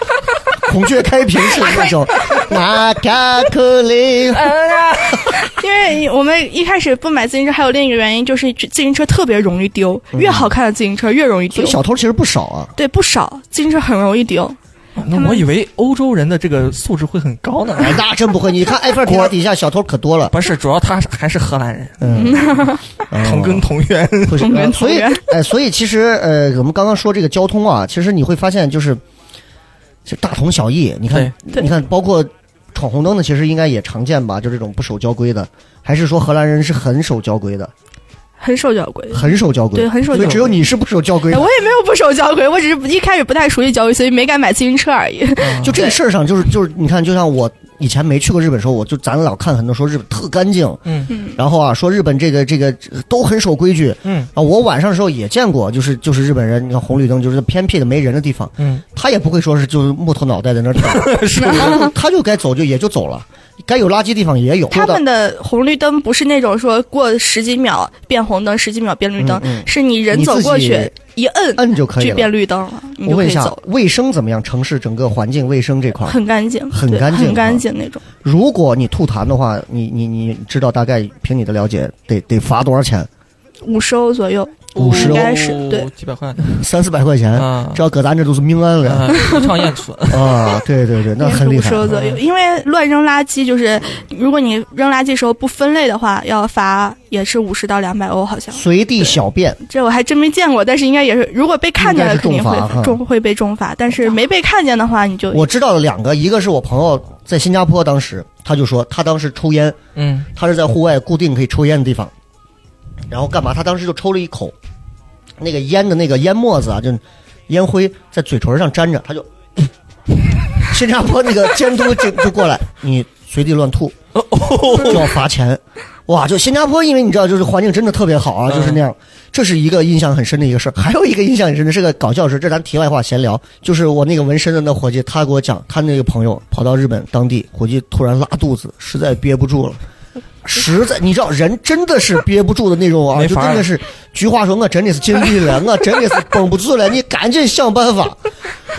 孔雀开屏式的那种，马卡克雷，哎因为我们一开始不买自行车，还有另一个原因就是自行车特别容易丢，越好看的自行车越容易嗯所丢以。小偷其实不少 啊。对，不少自行车很容易丢。那我以为欧洲人的这个素质会很高 呢。哎，那真不会，你看埃菲尔铁塔底下小偷可多了，不是，主要他还是荷兰人，嗯，同根同源。不是同根呃所以同源哎，所以其实呃，我们刚刚说这个交通啊，其实你会发现就是，其实大同小异。 你看，对你看，包括闯红灯的，其实应该也常见吧？就这种不守交规的，还是说荷兰人是很守交规的，很守交规，很守交规，对很守所以交只有规你是不守交规哎的。我也没有不守交规，我只是一开始不太熟悉交规，所以没敢买自行车 而已。就这个事儿上，就是就是，你看，就像我以前没去过日本的时候，我就咱老看很多说日本特干净，嗯嗯，然后啊说日本这个这个都很守规矩，嗯啊，我晚上的时候也见过，就是就是日本人，你看红绿灯就是偏僻的没人的地方，嗯，他也不会说是就是木头脑袋在那儿 等，是他就他就该走就也就走了，该有垃圾地方也有，他说到们的红绿灯不是那种说过十几秒变红灯，十几秒变绿灯，嗯嗯是你人走过你自去一摁摁就可以就了变。绿灯了，你我就可问一以下走，了。卫生怎么样？城市整个环境卫生这 块儿，很干净，很对干净很啊干净那种。如果你吐痰的话，你你你知道大概凭你的了解得得罚多少钱？五十欧左右， 50应该是对，几百块三四百块钱，啊这要搁咱这都是命案了。啊，不唱燕子，啊，对对对，那很厉五害啊十。欧左右。因为乱扔垃圾，就是如果你扔垃圾时候不分类的话，要罚也是五十到两百欧，好像。随地小便，这我还真没见过，但是应该也是，如果被看见了，应该是肯定重罚哈会重会被重罚。但是没被看见的话，你就我知道了两个，一个是我朋友在新加坡，当时他就说他当时抽烟，嗯， 他是在户外固定可以抽烟的地方，然后干嘛？他当时就抽了一口，那个烟的那个烟沫子啊，就烟灰在嘴唇上粘着，他就 新加坡那个监督就就过来，你随地乱吐就要罚钱。哇，就新加坡，因为你知道，就是环境真的特别好啊，就是那样。这是一个印象很深的一个事儿，还有一个印象很深的是个搞笑事儿，这咱题外话闲聊。就是我那个纹身的那伙计，他给我讲，他那个朋友跑到日本当地，伙计突然拉肚子，实在憋不住了。实在，你知道，人真的是憋不住的那种啊，没就法儿真的是，菊花啊说，我真的是尽力了， 我真的是绷不住了，你赶紧想办法。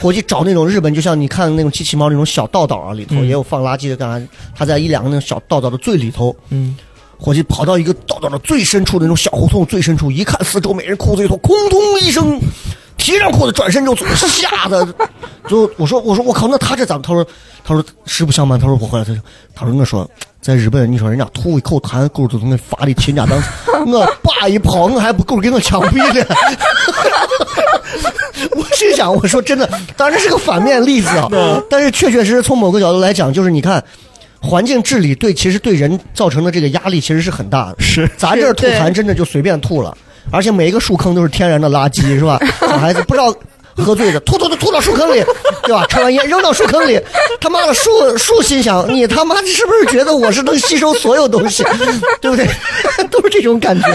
伙计找那种日本，就像你看那种机器猫那种小道道啊，里头也有放垃圾的干啥，他在一两个那种小道道的最里头，嗯，伙计跑到一个道道的最深处的那种小胡同最深处，一看四周每人裤子里头，空空一声，提上裤子转身就走，吓得就我说我说我靠，那他这咋？他说他说实不相瞒，他说我回来，他说他说那说在日本，你说人家吐一口痰，狗就从那发的亲家当，我爸一跑，我还不够给我枪毙了。 我是想，我说真的，当然这是个反面例子啊，但是确确实实从某个角度来讲，就是你看。环境治理对其实对人造成的这个压力其实是很大的，是咱这儿吐是对痰真的就随便吐了，而且每一个树坑都是天然的垃圾，是吧？小孩子不知道喝醉的，吐吐吐吐到树坑里，对吧？抽完烟扔到树坑里，他妈的树树心想，你他妈是不是觉得我是能吸收所有东西，对不 对？都是这种感觉，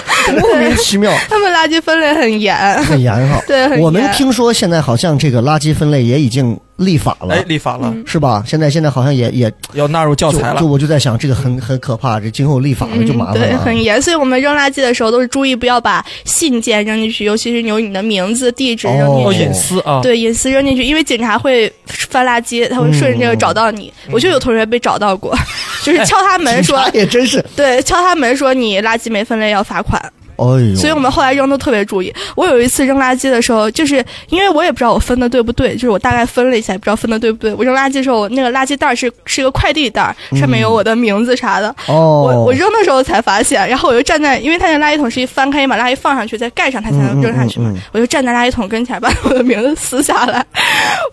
莫名其妙。他们垃圾分类很严， 很严哈，对很严我们听说现在好像这个垃圾分类也已经立法了，哎，立法了，嗯是吧？现在现在好像也也要纳入教材就了就。我就在想，这个很很可怕，这今后立法了就麻烦嗯对，了啊。很严，所以我们扔垃圾的时候都是注意不要把信件扔进去，尤其是有你的名字、地址扔进哦哦，去。隐私啊，对，隐私扔进去，因为警察会翻垃圾，他会顺着这个嗯找到你。我就有同学被找到过， 就是敲他 门说，警察也真是，对，敲他门说你垃圾没分类要罚款。哎呦，所以我们后来扔都特别注意。我有一次扔垃圾的时候，就是因为我也不知道我分的对不对，就是我大概分了一下，也不知道分的对不对。我扔垃圾的时候，我那个垃圾袋是是个快递袋儿，上面有我的名字啥的。嗯哦，我我扔的时候才发现，然后我就站在，因为它那垃圾桶是一翻开，你把垃圾放上去，再盖上它才能扔上去嘛。嗯嗯嗯我就站在垃圾桶跟前，把我的名字撕下来。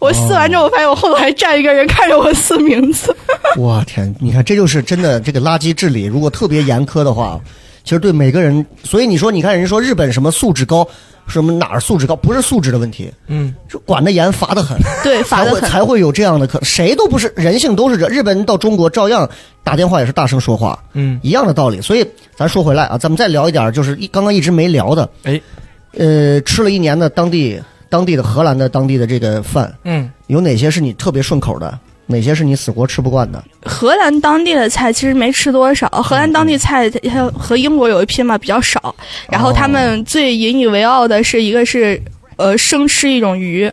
我撕完之哦后，我发现我后头还站一个人看着我撕名字。我天，你看这就是真的，这个垃圾治理如果特别严苛的话，其实对每个人，所以你说，你看人家说日本什么素质高，什么哪儿素质高，不是素质的问题，嗯，就管得严，罚得很，对， 罚才的会很。才会有这样的可，谁都不是人性都是这，日本人到中国照样打电话也是大声说话，嗯，一样的道理。所以咱说回来啊，咱们再聊一点儿，就是一刚刚一直没聊的，哎，呃，吃了一年的当地当地的荷兰的当地的这个饭，嗯，有哪些是你特别顺口的？哪些是你死活吃不惯的？。荷兰当地的菜其实没吃多少，荷兰当地菜它和英国有一拼嘛，比较少。然后他们最引以为傲的是一个是呃生吃一种鱼，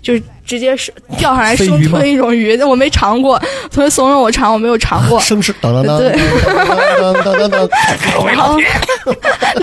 就是直接是钓上来飞生鱼吗吞一种鱼，但我没尝过，同学怂恿我尝，我没有尝 过生吃，当当当对当当当当当，然后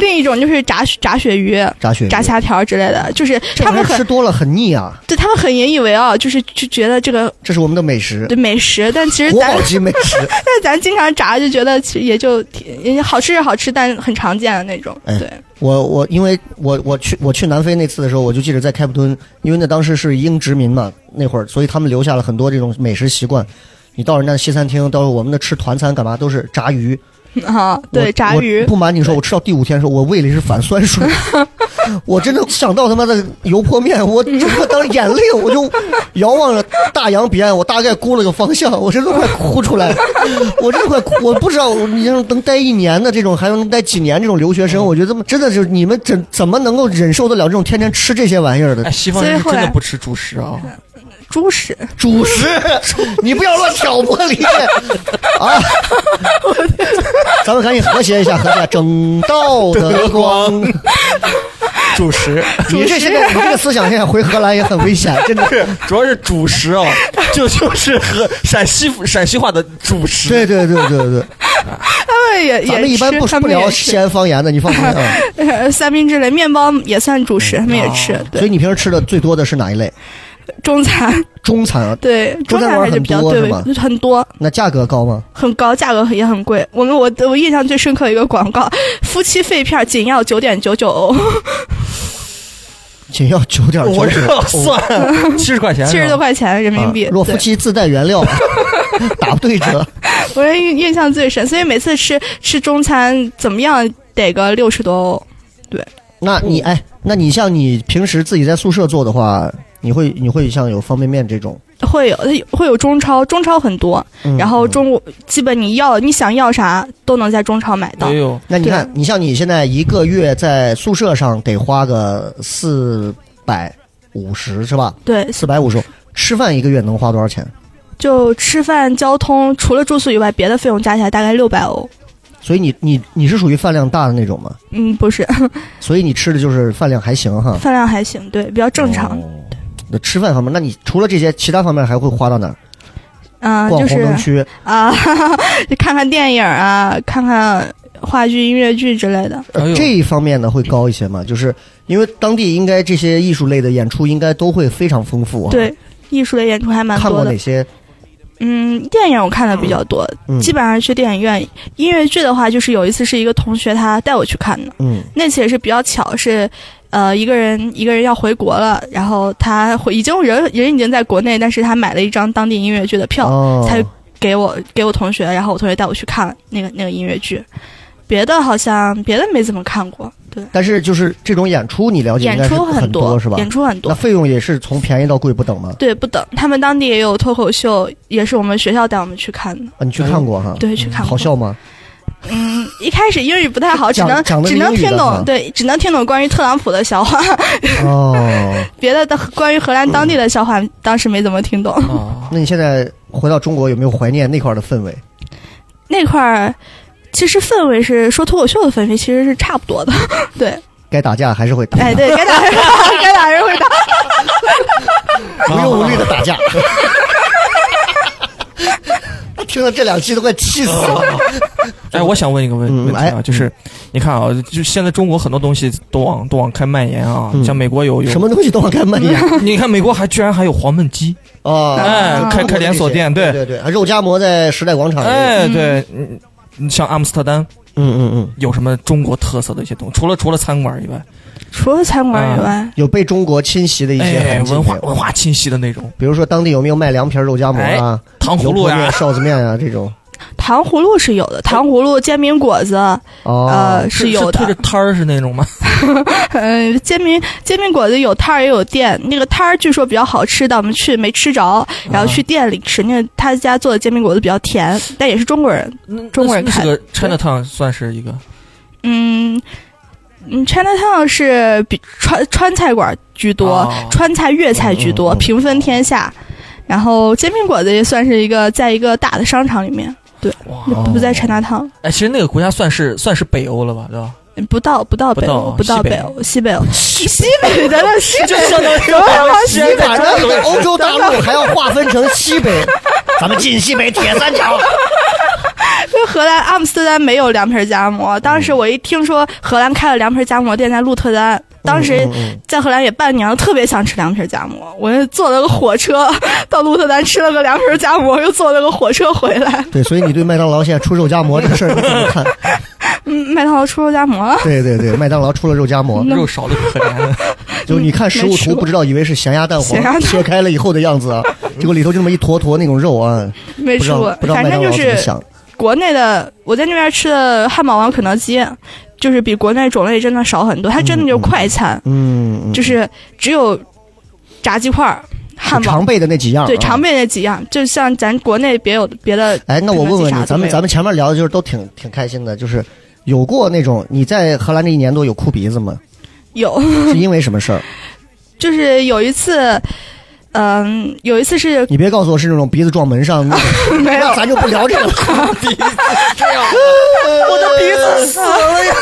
另一种就是炸炸鳕鱼、炸鳕鱼，炸虾条之类的，就是这他玩意们儿吃很多了很腻啊，对他们很引以为傲，就是就觉得这个这是我们的美食对，美食，但其实呃国咱宝级美食。但 咱经常炸就觉得其实也就挺好吃是好吃，但很常见的那种。哎对，我我因为我我去我去南非那次的时候，我就记得在开普敦，因为那当时是英殖民嘛，那会儿，所以他们留下了很多这种美食习惯。你到人家的西餐厅，到我们那吃团餐干嘛都是炸鱼，啊，我对，炸我鱼不瞒你说，我吃到第五天的时候，我胃里是反酸水， 我真的想到他妈的油泼面，我整个当眼泪我就遥望着大洋彼岸，我大概估了个方向，我真的快哭出来了，我真的快哭，我不知道你这种能待一年的这种，还有能待几年这种留学生，我觉得这么真的就是你们怎怎么能够忍受得了这种天天吃这些玩意儿的哎，西方人所以是后真的来不吃主食啊，猪食，主食，你不要乱挑拨离间 啊！咱们赶紧和谐一下，和谐，整道德光。主食你这现在你这个思想现在回荷兰也很危险，真的。是主要是主食啊，就就是和陕西陕西话的主食。对对对对 对，他们也咱也们一般吃不他不们也聊吃西安方言的，你放 心啊。呃三明治类，面包也算主食，他们也吃。嗯哦所对，以你平时吃的最多的是哪一类？中餐中餐啊，对中餐餐馆还是很比较多对是吧很多那价格高吗？很高，价格也很贵。我们我我印象最深刻一个广告， 夫妻肺片仅要九点九九欧，仅要九点九我这九要算七十块钱，啊七十多。块钱人民币。若啊夫对妻自带原 料，打对 折。我这印印象最深，所以每次吃吃中餐怎么样得个六十多欧。那你哎，那你像你平时自己在宿舍做的话，你会你会像有方便面这种，会有它有会有中超，中超很多，嗯然后中国基本你要你想要啥都能在中超买到哎。呦，那你看，你像你现在一个月在宿舍上得花个四百五十是吧？对，四百五十，吃饭一个月能花多少钱？就吃饭、交通，除了住宿以外，别的费用加起来大概六百欧。所以你你你是属于饭量大的那种吗？嗯，不是， 所以你吃的就是饭量还行哈，饭量还行，对，比较正常。哦那吃饭方面，那你除了这些，其他方面还会花到哪儿？嗯、逛就红是 灯区，啊，就看看电影啊，看看话剧、音乐剧之类的。哎呦呃这一方面呢会高一些嘛，就是因为当地应该这些艺术类的演出应该都会非常丰富、啊。，对，艺术类演出还蛮看多过的哪。些？嗯，电影我看的比较多，嗯基本上是去电影院。音乐剧的话，就是有一次是一个同学他带我去看的，嗯，那次也是比较巧，是呃一个人一个人要回国了，然后他回已经人人已经在国内，但是他买了一张当地音乐剧的票，哦，才给我给我同学，然后我同学带我去看那个那个音乐剧。别的好像别的没怎么看过，对，但是就是这种演出你了哦解应演该是出很多是吧？演出很多那，费用也是从便宜到贵不等吗？对，不等。他们当地也有脱口秀，也是我们学校带我们去看的，啊，你去看过哈？嗯对，去看过。好笑吗？嗯，一开始英语不太好，只讲能讲的是只能英语的听哈懂，对，只能听懂关于特朗普的笑话， 哦，别的的关于荷兰当地的笑话，当时没怎么听懂。啊，那你现在回到中国有没有怀念那块儿的氛围？那块儿其实氛围是说脱口秀的氛围其实是差不多的，对，该打架还是会打，哎，对该打 人该打人会打，无忧无虑的打架。听了这两期都快气死了。哎，我想问一个问嗯问题哎啊，就是你看啊，就现在中国很多东西都往都往开蔓延啊，嗯像美国有有什么东西都往开蔓延你看美国还居然还有黄焖鸡，哦，嗯哎中国开开连锁店这些对对对对，肉夹馍在时代广场。哎，对，嗯，你像阿姆斯特丹嗯嗯嗯，有什么中国特色的一些东西？除了除了餐馆以外，除了餐馆以外，有被中国侵袭的一些哎，痕迹没有文化文化侵袭的那种比如说当地有没有卖凉皮儿、肉夹馍啊、糖葫油芦泼面、呀，臊子面啊这种？糖葫芦是有的，糖葫芦、煎饼果子，哦呃，是有推着的。摊儿是那种吗？ 嗯，煎饼煎饼果子有摊儿也有店，那个摊儿据说比较好吃，但我们去没吃着，然后去店里吃。那个他家做的煎饼果子比较甜，但也是中国人。中国人那是看个 China Town 算是一个嗯嗯，China Town 是比川川菜馆居多，哦川菜粤菜居嗯多，嗯嗯平分天下。然后煎饼果子也算是一个在一个大的商场里面，哇，不在 China Town。哎，其实那个国家算是算是北欧了吧，对 吧？不到不到北欧，不不到西到北北欧，西北欧，西北的 那西北，相当于什么往西北反正欧洲大陆还要划分成西北，咱们晋西北铁三角。就荷兰阿姆斯特丹没有凉皮儿夹馍。当时我一听说荷兰开了凉皮儿夹馍店在鹿特丹，当时嗯嗯在荷兰也半年了，特别想吃凉皮儿夹馍。我就坐了个火车到鹿特丹吃了个凉皮儿夹馍，又坐了个火车回来。对，所以你对麦当劳现在出肉夹馍这个事儿你怎么 看？嗯，麦当劳出肉夹馍了，对对对，麦当劳出了肉夹馍，肉少的可 怜，就是你看食物图不知道以为是咸鸭蛋咸鸭黄蛋切开了以后的样 子啊，结果里头就那么一坨坨那种肉啊，没不知吃道过不，知道反麦当正就劳怎么是想。国内的，我在那边吃的汉堡王、肯德基，就是比国内种类真的少很多，它真的就是快餐。嗯，嗯就是只有炸鸡块儿、汉堡常，备的那几样啊，对常备那几样，就像咱国内别有的别的。哎，那我问问你，咱们咱们们前面聊的就是都挺挺开心的，就是有过那种你在荷兰这一年多有哭鼻子吗？有， 是因为什么事儿？就是有一次，嗯，有一次是你别告诉我是那种鼻子撞门上那种， 没有那咱就不聊这个了。 我的鼻子死了呀！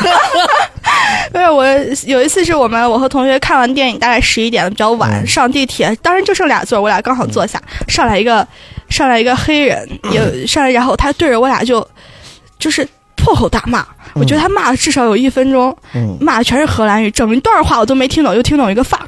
对，我有一次是我们我和同学看完电影，大概十一点了，比较嗯晚，上地铁，当时就剩俩座，我俩刚好坐下，上来一个上来一个黑人，嗯也上来，然后他对着我俩就就是破口大骂，我觉得他骂了至少有一分钟，嗯骂的全是荷兰语，整一段话我都没听懂，就听懂一个 fuck，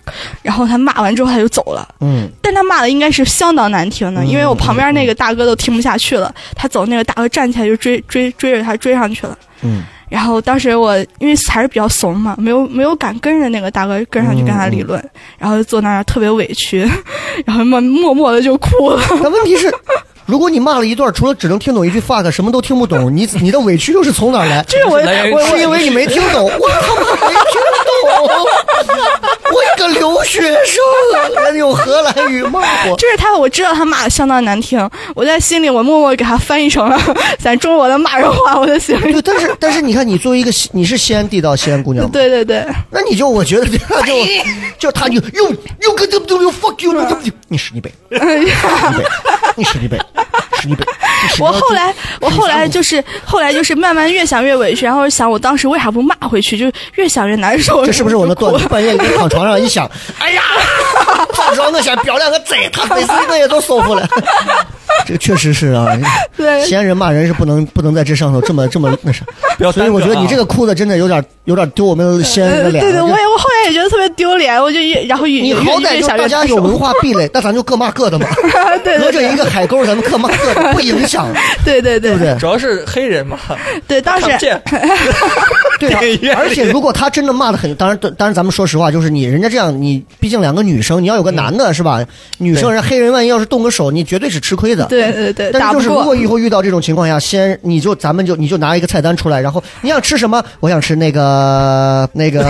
然后他骂完之后他就走了。嗯，但他骂的应该是相当难听的，因为我旁边那个大哥都听不下去了，他走那个大哥站起来就追追追着他追上去了。嗯，然后当时我因为还是比较怂嘛，没有没有敢跟着那个大哥跟上去跟他理论，嗯然后就坐那儿特别委屈， 然后默默默的就哭了。 但问题是，如果你骂了一段，除了只能听懂一句 fuck，什么都听不懂，你你的委屈又是从哪儿 来？就是我来源于我是因为你没听懂，我他妈没听懂，我一个留学生，还用荷兰语骂我。就是他，我知道他骂的相当难听，我在心里我默默给他翻译成了 咱中国的骂人话，我在心里。对，但是但是你看，你作为一个西你是西安地道西安姑娘吗？对哎对对，那你就我觉得这样就就他就又又跟这不就 fuck you，你嗯是你北，你是你北，是你北，你是你北。我后来，我后来就是后来就是慢慢越想越委屈，然后想我当时为啥不骂回去，就越想越难 受。这是不是我的段子？ 半夜一躺床上一 想， 哎呀，躺床我想表亮个贼，他每次我也都舒服了。这个确实是啊，对西安人骂人是不能不能在这上头这么这么 那啥，不要所以耽搁我觉得你啊这个哭的真的有点有点丢我们西安人的呃脸对了。对，就我也我后来也觉得特别丢脸，我就越然后越你越好歹越就想大越家难有受 文化壁垒，那咱就各骂各的嘛，对隔对着一个海沟，咱们各骂各的，不影 响，对对对对不对？主要是黑人 嘛，对，当时看不见。 对 电影院啊，里而且如果他真的骂的很，当然，当然，咱们说实话，就是你人家这样，你毕竟两个女生，你要有个男的是吧？女生人黑人万一要是动个手，你绝对是吃亏的。对对对，但打是就不是如过果。以后遇到这种情况下，先你就咱们就你就拿一个菜单出来，然后你想吃什么？我想吃那个那个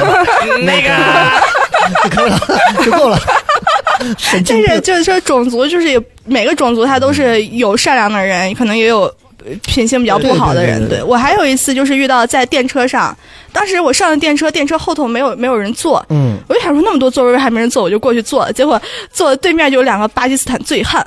那个，就可以了，就够了。神经但是病，就是说种族，就是也每个种族他都是有善良的人，可能也有呃品性比较不好的人。对对对对我还有一次就是遇到在电车上，当时我上了电车，电车后头没有没有人坐，嗯，我就想说那么多座位还没人坐，我就过去坐了。结果坐对面就有两个巴基斯坦醉汉，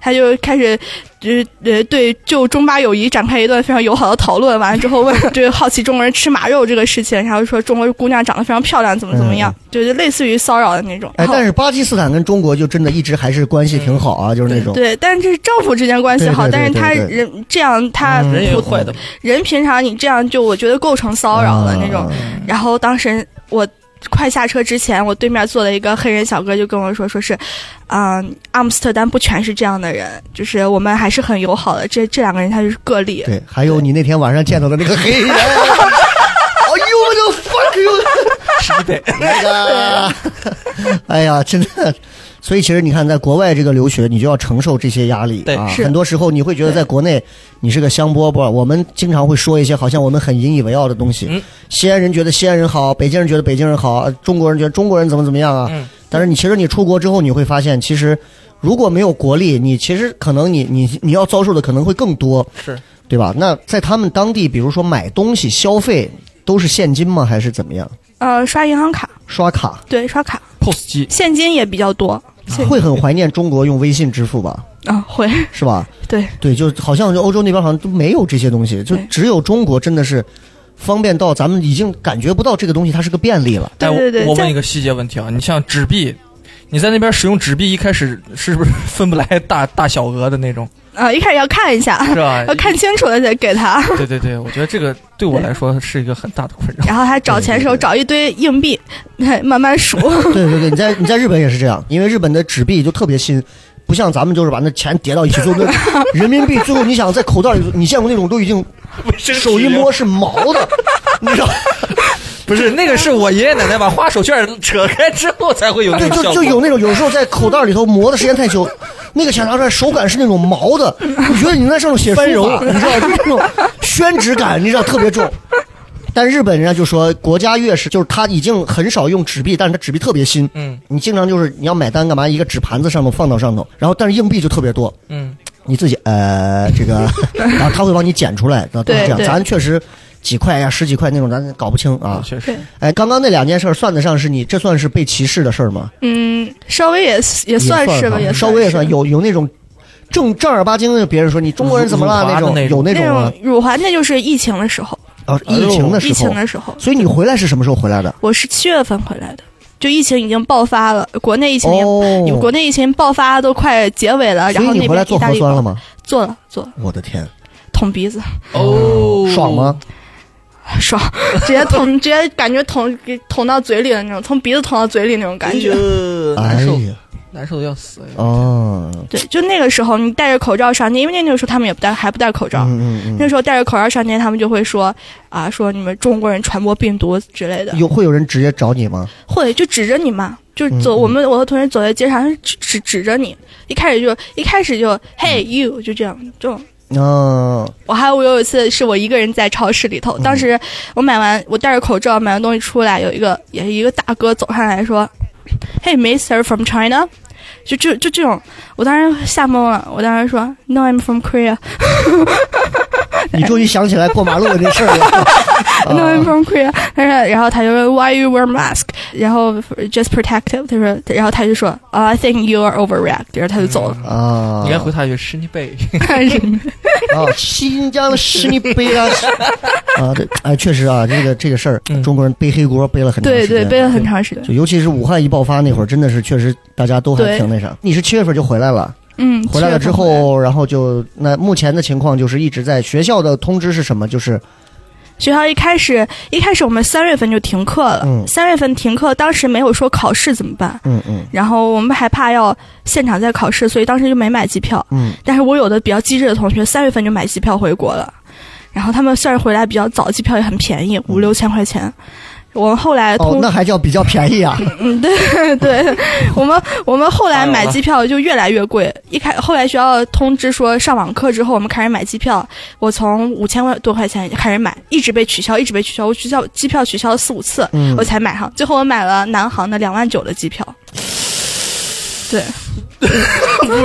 他就开始。就是呃，对，就中巴友谊展开一段非常友好的讨论。完了之后问， 就是好奇中国人吃马肉这个事情，然后说中国姑娘长得非常漂亮，怎么怎么样，就就类似于骚扰的那种。嗯哎，然后但是巴基斯坦跟中国就真的一直还是关系挺好啊，就是那种。对，但是这是政府之间关系好，对对对但是他对对人这样，他嗯人也普有坏的嘛，人平常你这样就我觉得构成骚扰了啊那种。然后当时我快下车之前，我对面坐了一个黑人小哥，就跟我说，说是，嗯、阿姆斯特丹不全是这样的人，就是我们还是很友好的。这这两个人他就是个例。对，还有你那天晚上见到的那个 黑人，哎呦我的 fuck you，是的。那个，哎呀，真的。所以其实你看，在国外这个留学，你就要承受这些压力对啊。是很多时候你会觉得在国内你是个香饽饽，我们经常会说一些好像我们很引以为傲的东西。嗯西安人觉得西安人好，北京人觉得北京人好，中国人觉得中国人怎么怎么样啊。嗯但是你其实你出国之后，你会发现，其实如果没有国力，你其实可能你你你要遭受的可能会更多，是对吧？那在他们当地，比如说买东西消费都是现金吗？还是怎么样？呃，刷银行卡，刷卡对，刷卡， POS 机，现金也比较多。现会很怀念中国用微信支付吧？啊、会，是吧？对对，就好像就欧洲那边好像都没有这些东西，就对只有中国真的是方便到咱们已经感觉不到这个东西它是个便利了。对哎 对对，我我在问一个细节问题啊，你像纸币，你在那边使用纸币，一开始是 不是分不来大大小额的那种，啊、一开始要看一下，？是吧 要看清楚了再 给他。对对对，我觉得这个对我来说是一个很大的 困扰。然后他找钱的时候对对对找一堆硬币， 慢 慢数。对对对，你在你在日本也是这样，因为日本的纸币就特别新，不像咱们就是把那钱叠到一起，最后那人民币最后你想在口袋里，你见过那种都已经手一摸是毛的，你知道？不是那个是我爷爷奶奶把花手绢扯开之后才会有那对，啊个效就果。就有那种有时候在口袋里头磨的时间太久， 那个钱拿出来手感是那种毛的，我觉得你在上面写书法，啊你知道，就是那种 宣纸感，你知道特别重。但日本人家就说，国家越是就是他已经很少用纸币，但是他纸币特别新，嗯你经常就是你要买单干嘛，一个纸盘子上头放到上头，然后但是硬币就特别多，嗯，你自己呃这 个，然后他会帮你捡出来，啊那都是这样。对对咱确实几块呀、十几块那种，咱搞不清啊。确实哎，刚刚那两件事儿算得上是你这算是被歧视的事儿吗？嗯，稍微也也算是吧，哈也稍微也是算有有那种正正儿八经的，别人说你中国人怎么了辱华的种，那种哎有那那种吗种辱华，那就是疫情的时候，啊，疫情的疫时情候。的时候，所以你回来是什么时候回来的？我是七月份回来的，就疫情已经爆发了，国内疫情已经、哦，国内疫情爆发都快结尾了，所然以后你那回来做边意大核利酸了吗？做了做了，我的天，捅鼻子， 哦，爽？吗？嗯爽，直接 捅，直接感觉捅给捅到嘴里的那种，从鼻子捅到嘴里那种感哎觉。呦，难哎受，呀，难受的要死！哦，对，就那个时候你戴着口罩上街，因为那个时候他们也不戴，还不戴口罩。嗯嗯那时候戴着口罩上街，他们就会说啊，说你们中国人传播病毒之类的嗯，，有会有人直接找你吗？会就指着你嘛，就是嗯走。嗯我们我和同学走在街上，指指指着你，一开始就一开始就 Hey you，就这样就。嗯，我还有我有一次是我一个人在超市里头，当时我买完我戴着口罩买完东西出来，有一个也是一个大哥走上来说，Hey Mister from China，就就就这种，我当时吓懵了，我当时说 No I'm from Korea，你终于想起来过马路的这事 儿了。啊 No, I'm from Korea。他 说，然后他就说，Why you wear mask？然后 just protective。他说，然后他就说啊，I think you are overreact。然后他就走了。啊，你该回他一句是你背， 啊，新疆是你背了 啊，对，哎，确实啊，这个这个事儿，嗯中国人背黑锅背了很长时对间，对，背了很长时间。就尤其是武汉一爆发那会儿，真的是确实大家都还对挺那啥。你是七月份就回来了，嗯，回来了七月份之回来后，然后就那目前的情况就是一直在学校的通知是什么？就是学校一开始一开始我们三月份就停课了，嗯三月份停课，当时没有说考试怎么办，嗯嗯然后我们还怕要现场再考试，所以当时就没买机票。嗯，但是我有的比较机智的同学，三月份就买机票回国了，然后他们虽然回来比较早，机票也很便宜，五六千块钱。我们后来哦哎通，那还叫比较便宜 啊？嗯，对对，我们我们后哎来买机票就越来越贵，一开后来学校通知说上网课之后，我们开始买机票，我从五千块多块钱开始买，一直被取消，一直被取消，我取消机票取消了四五次，嗯我才买上，最后我买了南航的两万九的机票，对，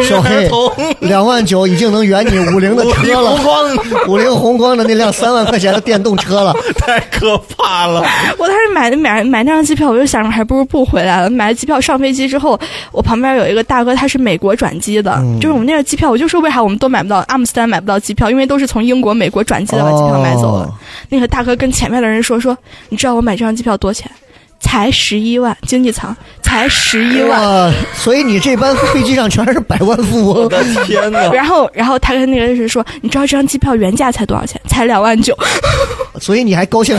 小黑头两万九已经能圆你五菱的车 红了，光五菱宏光的那辆三万块钱的电动车了。太可怕了。我当时买买买那张机票，我就想着还不如不回来了。买了机票上飞机之后，我旁边有一个大哥，他是美国转机的，嗯就是我们那个机票，我就说为啥我们都买不到阿姆斯特丹买不到机票，因为都是从英国、美国转机的把机票买走了。哦那个大哥跟前面的人说说，你知道我买这张机票多少钱？才十一万，经济舱才十哎一万。哇！所以你这班飞机上全是百万富翁。天哪！然后，然后他跟那个人说，你知道这张机票原价才多少钱？才两万九。所以你还 高兴？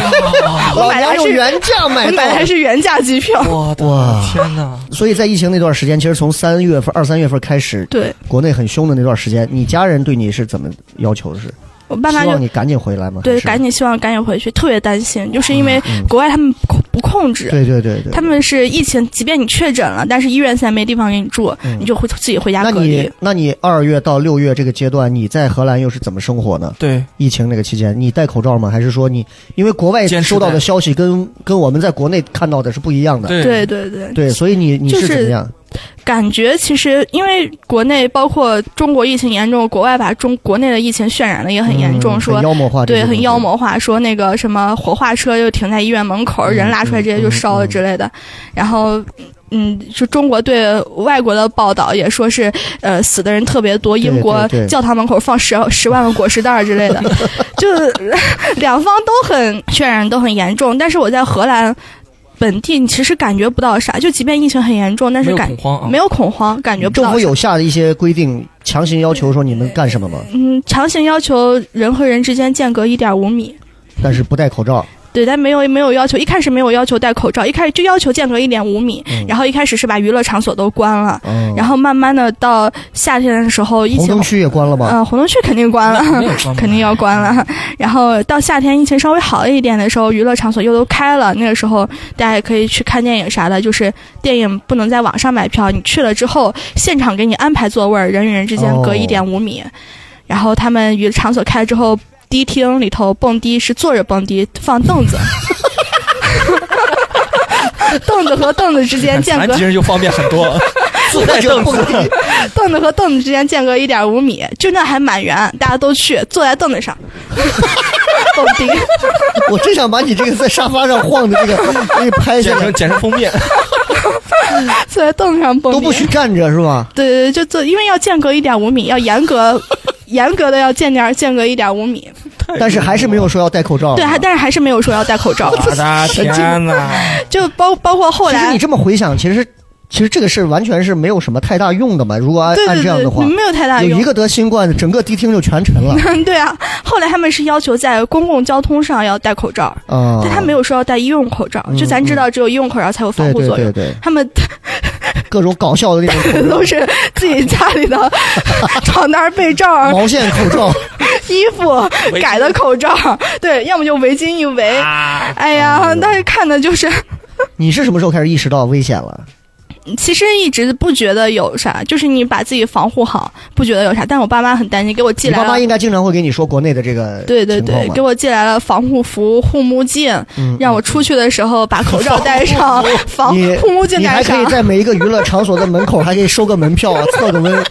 老买的娘还用是原价买我到买的还了。是原价机票。我的哇天哪！所以在疫情那段时间，其实从三月份、二三月份开始，对国内很凶的那段时间，你家人对你是怎么要求的？是我爸妈希就望你赶紧回来吗？还对，是赶。紧希望赶紧回去，特别担心，就是因为国外他们控不控制，对对对对。他们是疫情，即便你确诊了，但是医院现在没地方给你住，你就回自己回家嗯那隔离你。那你二月到六月这个阶段，你在荷兰又是怎么生活呢？对，疫情那个期间，你戴口罩吗？还是说你因为国外坚持戴收到的消息跟跟我们在国内看到的是不一样的？对对对对，对，所以你你就是是怎么样？感觉其实因为国内包括中国疫情严重，国外把中国内的疫情渲染的也很严重，嗯说很妖魔化这些对东西，呃很妖魔化，说那个什么火化车就停在医院门口，嗯人拉出来直接就烧了之类的，然后。嗯，就中国对外国的报道也说是，呃，死的人特别多，英国对对教堂门口放十十万个果实袋儿之 类的，就两方都很渲染都很严重。但是我在荷兰本地，你其实感觉不到啥，就即便疫情很严重，但没是有感恐慌啊没。有恐慌，感觉不政到府啥。有下的一些规定，强行要求说你们干什么吗？嗯，强行要求人和人之间间隔一点五米。但是不戴口罩，对，但没有没有要求，一开始没有要求戴口罩，一开始就要求间隔一点五米，然后一开始是把娱乐场所都关了，嗯，然后慢慢的到夏天的时候，疫红情灯，区也关了吧？嗯，红灯区肯定关了没有，关吧 嗯肯定要关了，然后到夏天疫情稍微好一点的时候，娱乐场所又都开了，那个时候大家也可以去看电影啥的，就是电影不能在网上买票，你去了之后，现场给你安排座位儿，人与人之间哦隔一点五米，然后他们娱乐场所开了之后，迪厅里头蹦迪是坐着蹦迪，放凳 子。凳子和凳子之间间残隔疾，人就方便很多， 坐在 凳子上。凳子和凳子之间间隔一点五米，就那还蛮远，大家都去坐在凳子上蹦迪。 我真想把你这个在沙发上晃的这个给你拍下剪 来成，剪成封 面，坐在凳子上蹦都迪，不许站着是吧？对对对，就坐，因为要间隔一点五米，要严 格严格的要间点间隔一点五米。但是还是没有说要戴口罩。对，还但是还是没有说要戴口罩，啊 我的啊天哪！就包包括后其实来你。这么回想，其实其实这个事完全是没有什么太大用的嘛。如果按对按对这样对，的话，没有太大有用一。个得新冠，整个迪厅就全沉了 对啊，后来他们是要求在公共交通上要戴口罩，啊！但他没有说要戴医用口罩，就咱知道只有医用口罩才有防对嗯护对作用对。对，他们各种搞笑的那 种口罩都是自己家里的 床单、被 罩、毛线口罩，衣服围巾啊改的口罩，对，要么就围巾一围。哎哦呀，但是看的就是，你是什么时候开始意识到危险了？其实一直不觉得有啥，就是你把自己防护好，不觉得有啥。但我爸妈很担心，给我寄你来爸妈了应。该经常会给你说国内的这个对对情况对，吧给我寄来了防护服、护目镜，让我出去的时候把口罩戴上， 防嗯你护目镜你还戴可以上，在每一个娱乐场所的门口还可以收个门票啊，测 个温。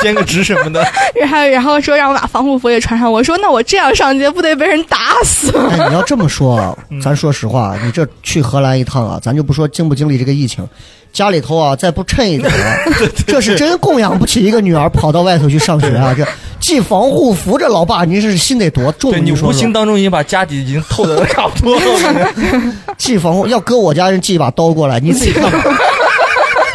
兼个职什么 的，然后然后说让我把防护服也穿上。我说那我这样上街不得被人打死？ 哎，你要这么说，啊，嗯咱说实话，你这去荷兰一趟啊，咱就不说经不经历这个疫情，家里头啊再不趁一点啊， 这是真供养不起一个女儿跑到外头去上学啊！这既防护服，这老爸您是心得多重？对你说说无形，当中已经把家底已经透的差不多了。 既防护要搁我家人寄一把刀过来，你自己看吧。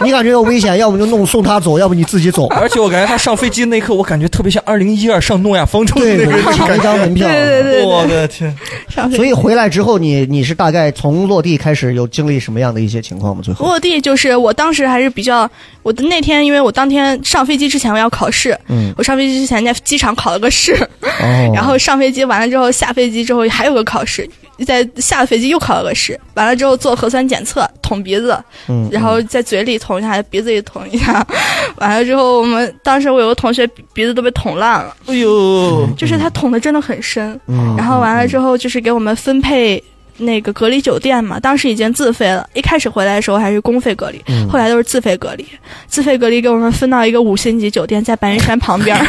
你感觉有危险，要不就弄送他走，要不你自己走。而且我感觉他上飞机那一刻，我感觉特别像二零一二上诺亚方舟的对，那我个抢了一张门票。啊对对对我的天！上飞所以回来之后你，你是大概从落地开始有经历什么样的一些情况吗？最后，落地就是我当时还是比较，我的那天因为我当天上飞机之前我要考试，嗯，我上飞机之前在机场考了个试，哦， 然后上飞机完了之后下飞机之后还有个考试，在下了飞机又考了个试，完了之后做核酸检测捅鼻子，嗯，然后在嘴里捅一下，鼻子里捅一下， 完了之后我们当时我有个同学鼻子都被捅烂了，哎呦，就是他捅的真的很深，嗯，然后完了之后就是给我们分配那个隔离酒店嘛，当时已经自费了，一开始回来的时候还是公费隔离，嗯后来都是自费隔离，自费隔离给我们分到一个五星级酒店，在白云山旁边儿，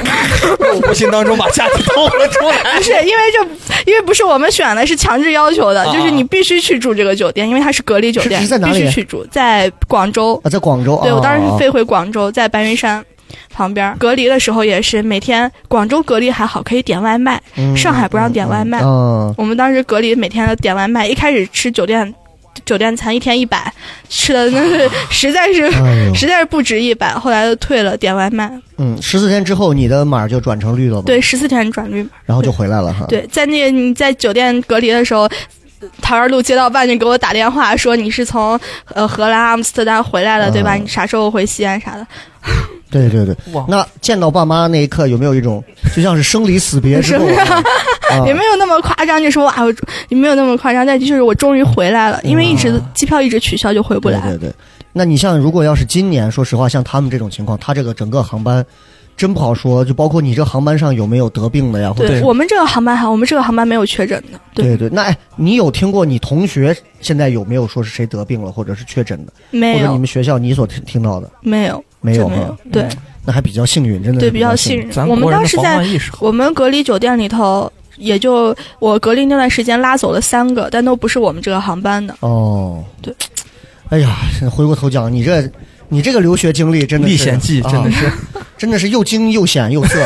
我无形当中把价值透了出来 不。是因为这，因为不是我们选的，是强制要求的，啊就是你必须去住这个酒店，因为它是隔离酒店，是是在哪里必须去住，在广州。啊，在广州，对啊我当时是啊飞回广州，在白云山旁边儿隔离的时候也是每天，广州隔离还好，可以点外卖，嗯上海不让点外卖。嗯，我们当时隔离每天点外卖，一开始吃酒店酒店餐，一天一百，吃 的那是实在是啊哎呦，实在是不值一百，后来就退了点外卖。嗯，十四天之后你的码就转成绿了吧？对，，十四天转绿码。然后就回来了哈。，对，在那个你在酒店隔离的时候。桃园路街道办就给我打电话说你是从呃荷兰阿姆斯特丹回来的对吧？啊你啥时候回西安啥的？对对对。哇，那见到爸妈那一刻，有没有一种就像是生离死别 之后啊？啊也没有那么夸张，就说啊，我也没有那么夸张，但就是我终于回来嗯了，因为一直机票一直取消就回不来。对对对，那你像如果要是今年，说实话，像他们这种情况，他这个整个航班真不好说，就包括你这航班上有没有得病的呀？或者我们这个航班还，我们这个航班没有确诊的。对，对对，那哎，你有听过你同学现在有没有说是谁得病了，或者是确诊的，或者没你有，们学校你所听听到的没有，没真有没哈有？。对那还比较幸运，真的是对，比比较幸幸运。咱运。我们国人当的时防在范意识好。我们隔离酒店里头，也就我隔离那段时间拉走了三个，但都不是我们这个航班的。哦，对，哎呀，回过头讲，你这你这个留学经历真的是历险记真的啊是真的是又惊又险又涩，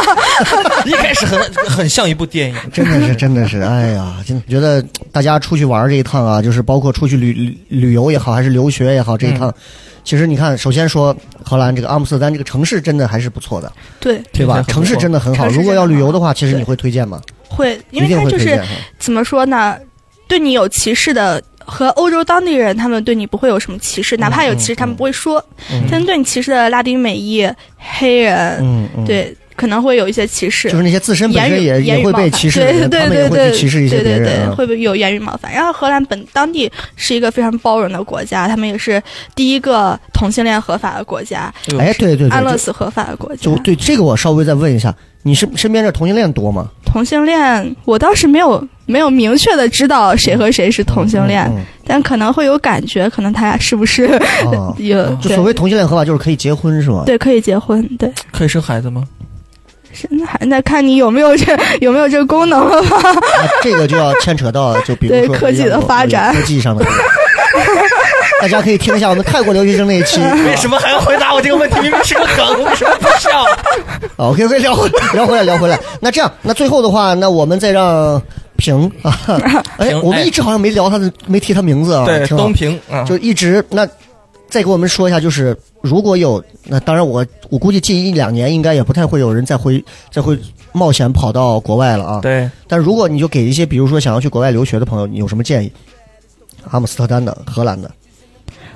一开始很很像一部电影， 真的是真的是，哎呀，真的觉得大家出去玩儿这一趟啊，就是包括出去旅旅旅游也好，还是留学也好，这一嗯趟，其实你看，首先说荷兰这个阿姆斯特丹这个城市真的还是不错的，对，对吧？听城起市来很不错真的很好。城市如果真的要旅游好的话，其实对你会推荐吗？会，因一为定它会就推是荐哈。怎么说呢，对你有歧视的。和欧洲当地人，他们对你不会有什么歧视，哪怕嗯有歧视，他们不会说。他们对你歧视的拉丁美裔、黑人，嗯嗯，，对，可能会有一些歧视。就是那些自身本言身语也呃言也语会冒被犯歧视的对人，对他们对也对，会去歧视一些对别对人对，啊。会不会有言语冒犯？然后荷兰本当地是一个非常包容的国家，他们也是第一个同性恋合法的国家，对哎，对对安乐对，死合法的国家就。对这个我稍微再问一下，你是身边这同性恋多吗？同性恋，我倒是没有没有明确的知道谁和谁是同性恋，嗯但可能会有感觉，可能他俩是不是，嗯啊 有就所对谓同啊性恋合法就是可以结婚是吗？对可以结婚？对，可以生孩子吗？是那还那看你有没有这有没有这功能了吧？那这个就要牵扯 到，就比如对说科技的发展科技上 的。大家可以听一下我们泰国留学生那一期。 为什么还要回答我这个问题？明明是个梗，为什么不笑？啊，OK OK，聊回聊回来聊回来。那这样，那最后的话，那我们再让平啊，哎，平我们哎一直好像没聊他的，没提他名字啊，对，挺好东平啊，就一直那再给我们说一下，就是如果有那当然我我估计近一两年应该也不太会有人再回再会冒险跑到国外了啊。对，但如果你就给一些比如说想要去国外留学的朋友，你有什么建议？阿姆斯特丹的、荷兰的，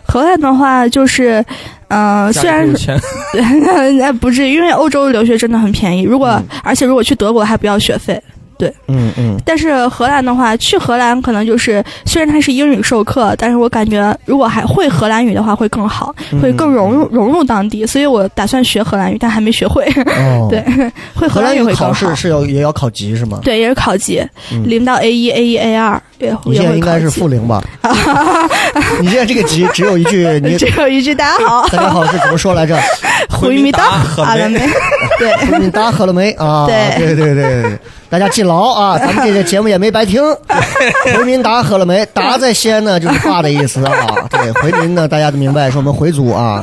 荷兰的话就是，呃，虽然家里有钱， 那不至于，因为欧洲留学真的很便宜。如果、而且如果去德国还不要学费，嗯嗯，但是荷兰的话，去荷兰可能就是虽然它是英语授课，但是我感觉如果还会荷兰语的话会更好，嗯会更融入融入当地。所以我打算学荷兰语，但还没 学会。哦，对，，会荷兰兰语语会考更试好。是要也要考级是吗？对，也是考级，零到 A 一、A 一、A 二，也你也现在会应考该是级。负零 吧？你现在这个级只有一句，你只有一句 大家好，大家好是怎么说来着？回民 啊到回阿民拉达梅， 对。你打喝了没啊？对对对对对，大家记牢啊，咱们这个节目也没白 听。回民达喝了没？达在西安呢，就是爸的意思啊。对，回民呢，大家都明白，是我们回族啊。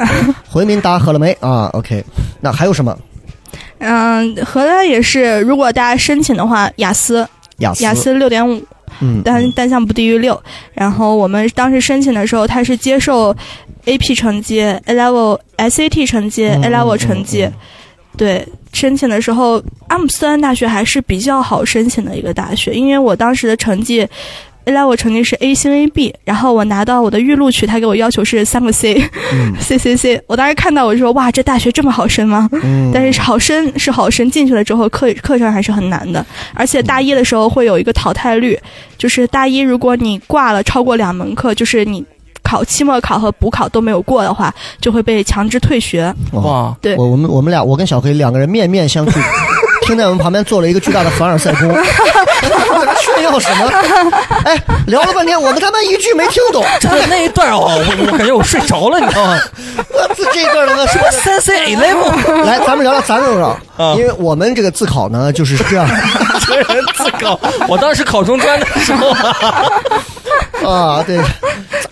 回民达喝了没啊？OK，那还有什么？嗯，荷兰也是，如果大家申请的话，雅思雅思，雅思六点五，嗯，单嗯单项不低于六。然后我们当时申请的时候，它是接受 AP 成绩、A Level、SAT 成绩、嗯 A Level 嗯成绩。嗯对，申请的时候，阿姆斯特丹大学还是比较好申请的一个大学，因为我当时的成绩。A level 成绩是 A 星 A B，然后我拿到我的预录取，他给我要求是三个 C，C、C 嗯 C。我当时看到我就说哇，这大学这么好申吗？嗯但是好申是好申，进去了之后课课程还是很难的，而且大一的时候会有一个淘汰率，就是大一如果你挂了超过两门课，就是你考期末考和补考都没有过的话，就会被强制退学。哦哇，对我我们我们俩，我跟小黑两个人面面相觑，听在我们旁边做了一个巨大的凡尔赛宫，炫耀什么？哎，聊了半天，我们他妈一句没听懂，真的那一段哦，我我感觉我睡着了，你 知道吗？我这这段他妈说的三 C A level，来，咱们聊聊咱们绕啊，因为我们这个自考呢就是这样这人自高。我当时考中专的时候啊， 啊，对，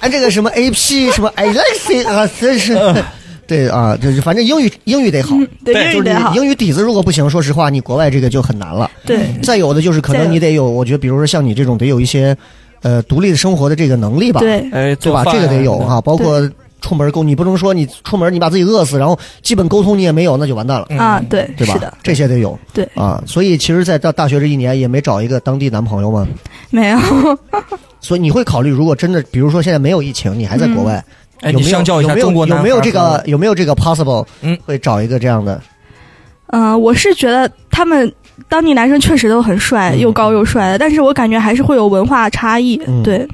咱这个什么 AP 什么 A L C 啊，真是。对啊，就是反正英语英语得好，对对英就语是得好你，英语底子如果不行，说实话，你国外这个就很难了。对再有的就是可再能有你得有，我觉得比如说像你这种得有一些，呃，独立生活的这个能力吧，对对哎，做吧？饭这个得有啊。啊，包括出门沟，你不能说你出门你把自己饿死，然后基本沟通你也没有，那就完蛋了，啊，对，嗯对吧？是的，这些得有对，啊。所以其实，在到大学这一年也没找一个当地男朋友嘛，没有， 所以你会考虑，如果真的，比如说现在没有疫情，你还在国外，哎，有你没有相较一有下没有中国有男孩没有和这个有没有这个 possible，嗯会找一个这样的，嗯、我是觉得他们当地男生确实都很帅，又高又帅的，但是我感觉还是会有文化差异，嗯对，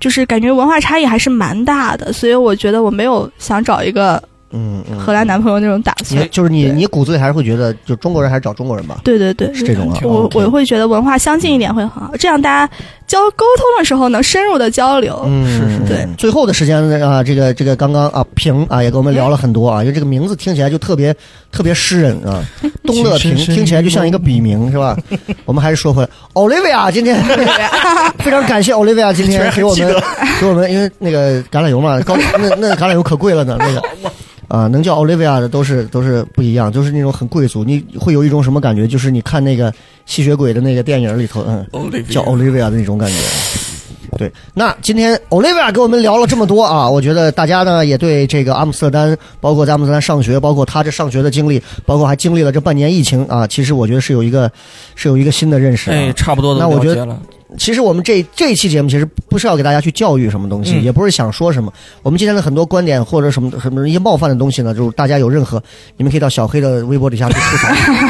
就是感觉文化差异还是蛮大的，所以我觉得我没有想找一个嗯嗯，荷兰男朋友那种打算。你就是你对你骨子里还是会觉得，就中国人还是找中国人吧。对对对，是这种啊我 OK 我会觉得文化相近一点会很好，这样大家交沟通的时候能深入的交流。嗯，哦是是对。最后的时间啊，这个这个刚刚啊，平啊也跟我们聊了很多啊，因为这个名字听起来就特别特别诗人啊，东乐平情深深听起来就像一个笔名是吧？我们还是说回来，Olivia 今天 非常感谢 Olivia 今天给我们给我们，因为那个橄榄油嘛，高那那橄榄油可贵了呢，那个。 啊，能叫 Olivia 的都是都是不一样，就是那种很贵族，你会有一种什么感觉？就是你看那个吸血鬼的那个电影里头，嗯， Olivia 叫 Olivia 的那种感觉。对，那今天 Olivia 给我们聊了这么多啊，我觉得大家呢也对这个阿姆斯特丹，包括在阿姆斯特丹上学，包括他这上学的经历，包括还经历了这半年疫情啊，其实我觉得是有一个是有一个新的认识、啊。哎，差不多的那我了觉解得了。其实我们这这一期节目其实不是要给大家去教育什么东西，嗯也不是想说什么。我们今天的很多观点或者什么什么一些冒犯的东西呢，就是大家有任何，你们可以到小黑的微博底下去吐 槽。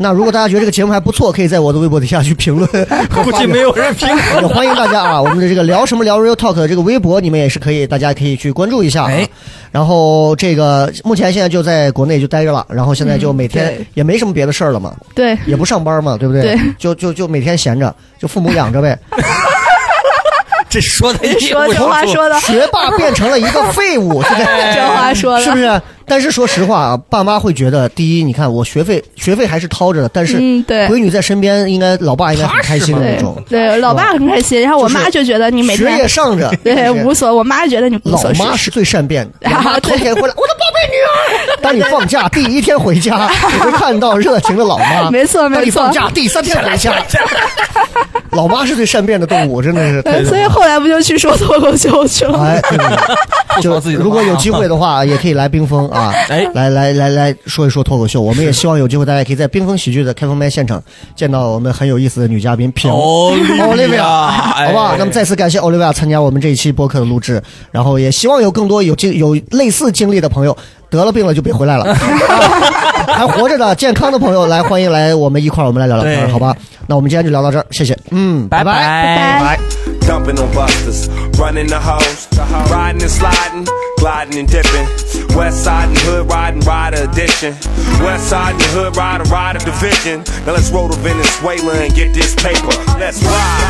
那如果大家觉得这个节目还不错，可以在我的微博底下去评论。估计没有人 评论。也欢迎大家啊，我们的这个聊什么聊 Real Talk 的这个微博，你们也是可以，大家可以去关注一下、啊。哎然后这个目前现在就在国内就待着了，然后现在就每天嗯对也没什么别的事儿了嘛，对， 也不上班嘛，对不对？对就就就每天闲着，就父母养着 呗。这说的一说无这话是处说的，学霸变成了一个废物，现在哎这话说的，是不是？但是说实话啊，爸妈会觉得，第一，你看我学费学费还是掏着的，但是嗯，对。闺女在身边，应该老爸应该很开心的那对种。对，老爸很开心，然后我妈就觉得你每学业天上着，对是不是无所，我妈觉得你无老所事妈事。是最善变的，啊老 妈头天回来，我的宝贝女儿。当你放假第一天回 家，你会看到热情的老妈。没错当你没错放假第三天回家，老妈是最善变的动物，真的是太对， 所以后来不就去说脱口秀去了？哎，对对对吐就槽自己的如果有妈机会的话，也可以来冰封啊，哎来来来来说一说脱口秀。我们也希望有机会，大家可以在冰封喜剧的开放麦现场见到我们很有意思的女嘉宾平哦 Olivia，好好不好？那么再次感谢 Olivia 参加我们这一期播客的录制，然后也希望有更多有经有类似经历的朋友得了病了就别回来了， 啊还活着的健康的朋友来欢迎来我们一块儿我们来聊聊天儿，对好吧？那我们今天就聊到这儿，谢谢，嗯，拜拜拜。 dumping on busters, running the hoes, riding and sliding, gliding and dipping. West side and hood riding, rider edition. West side and hood rider, rider division. Now let's roll to Venezuela and get this paper. Let's ride.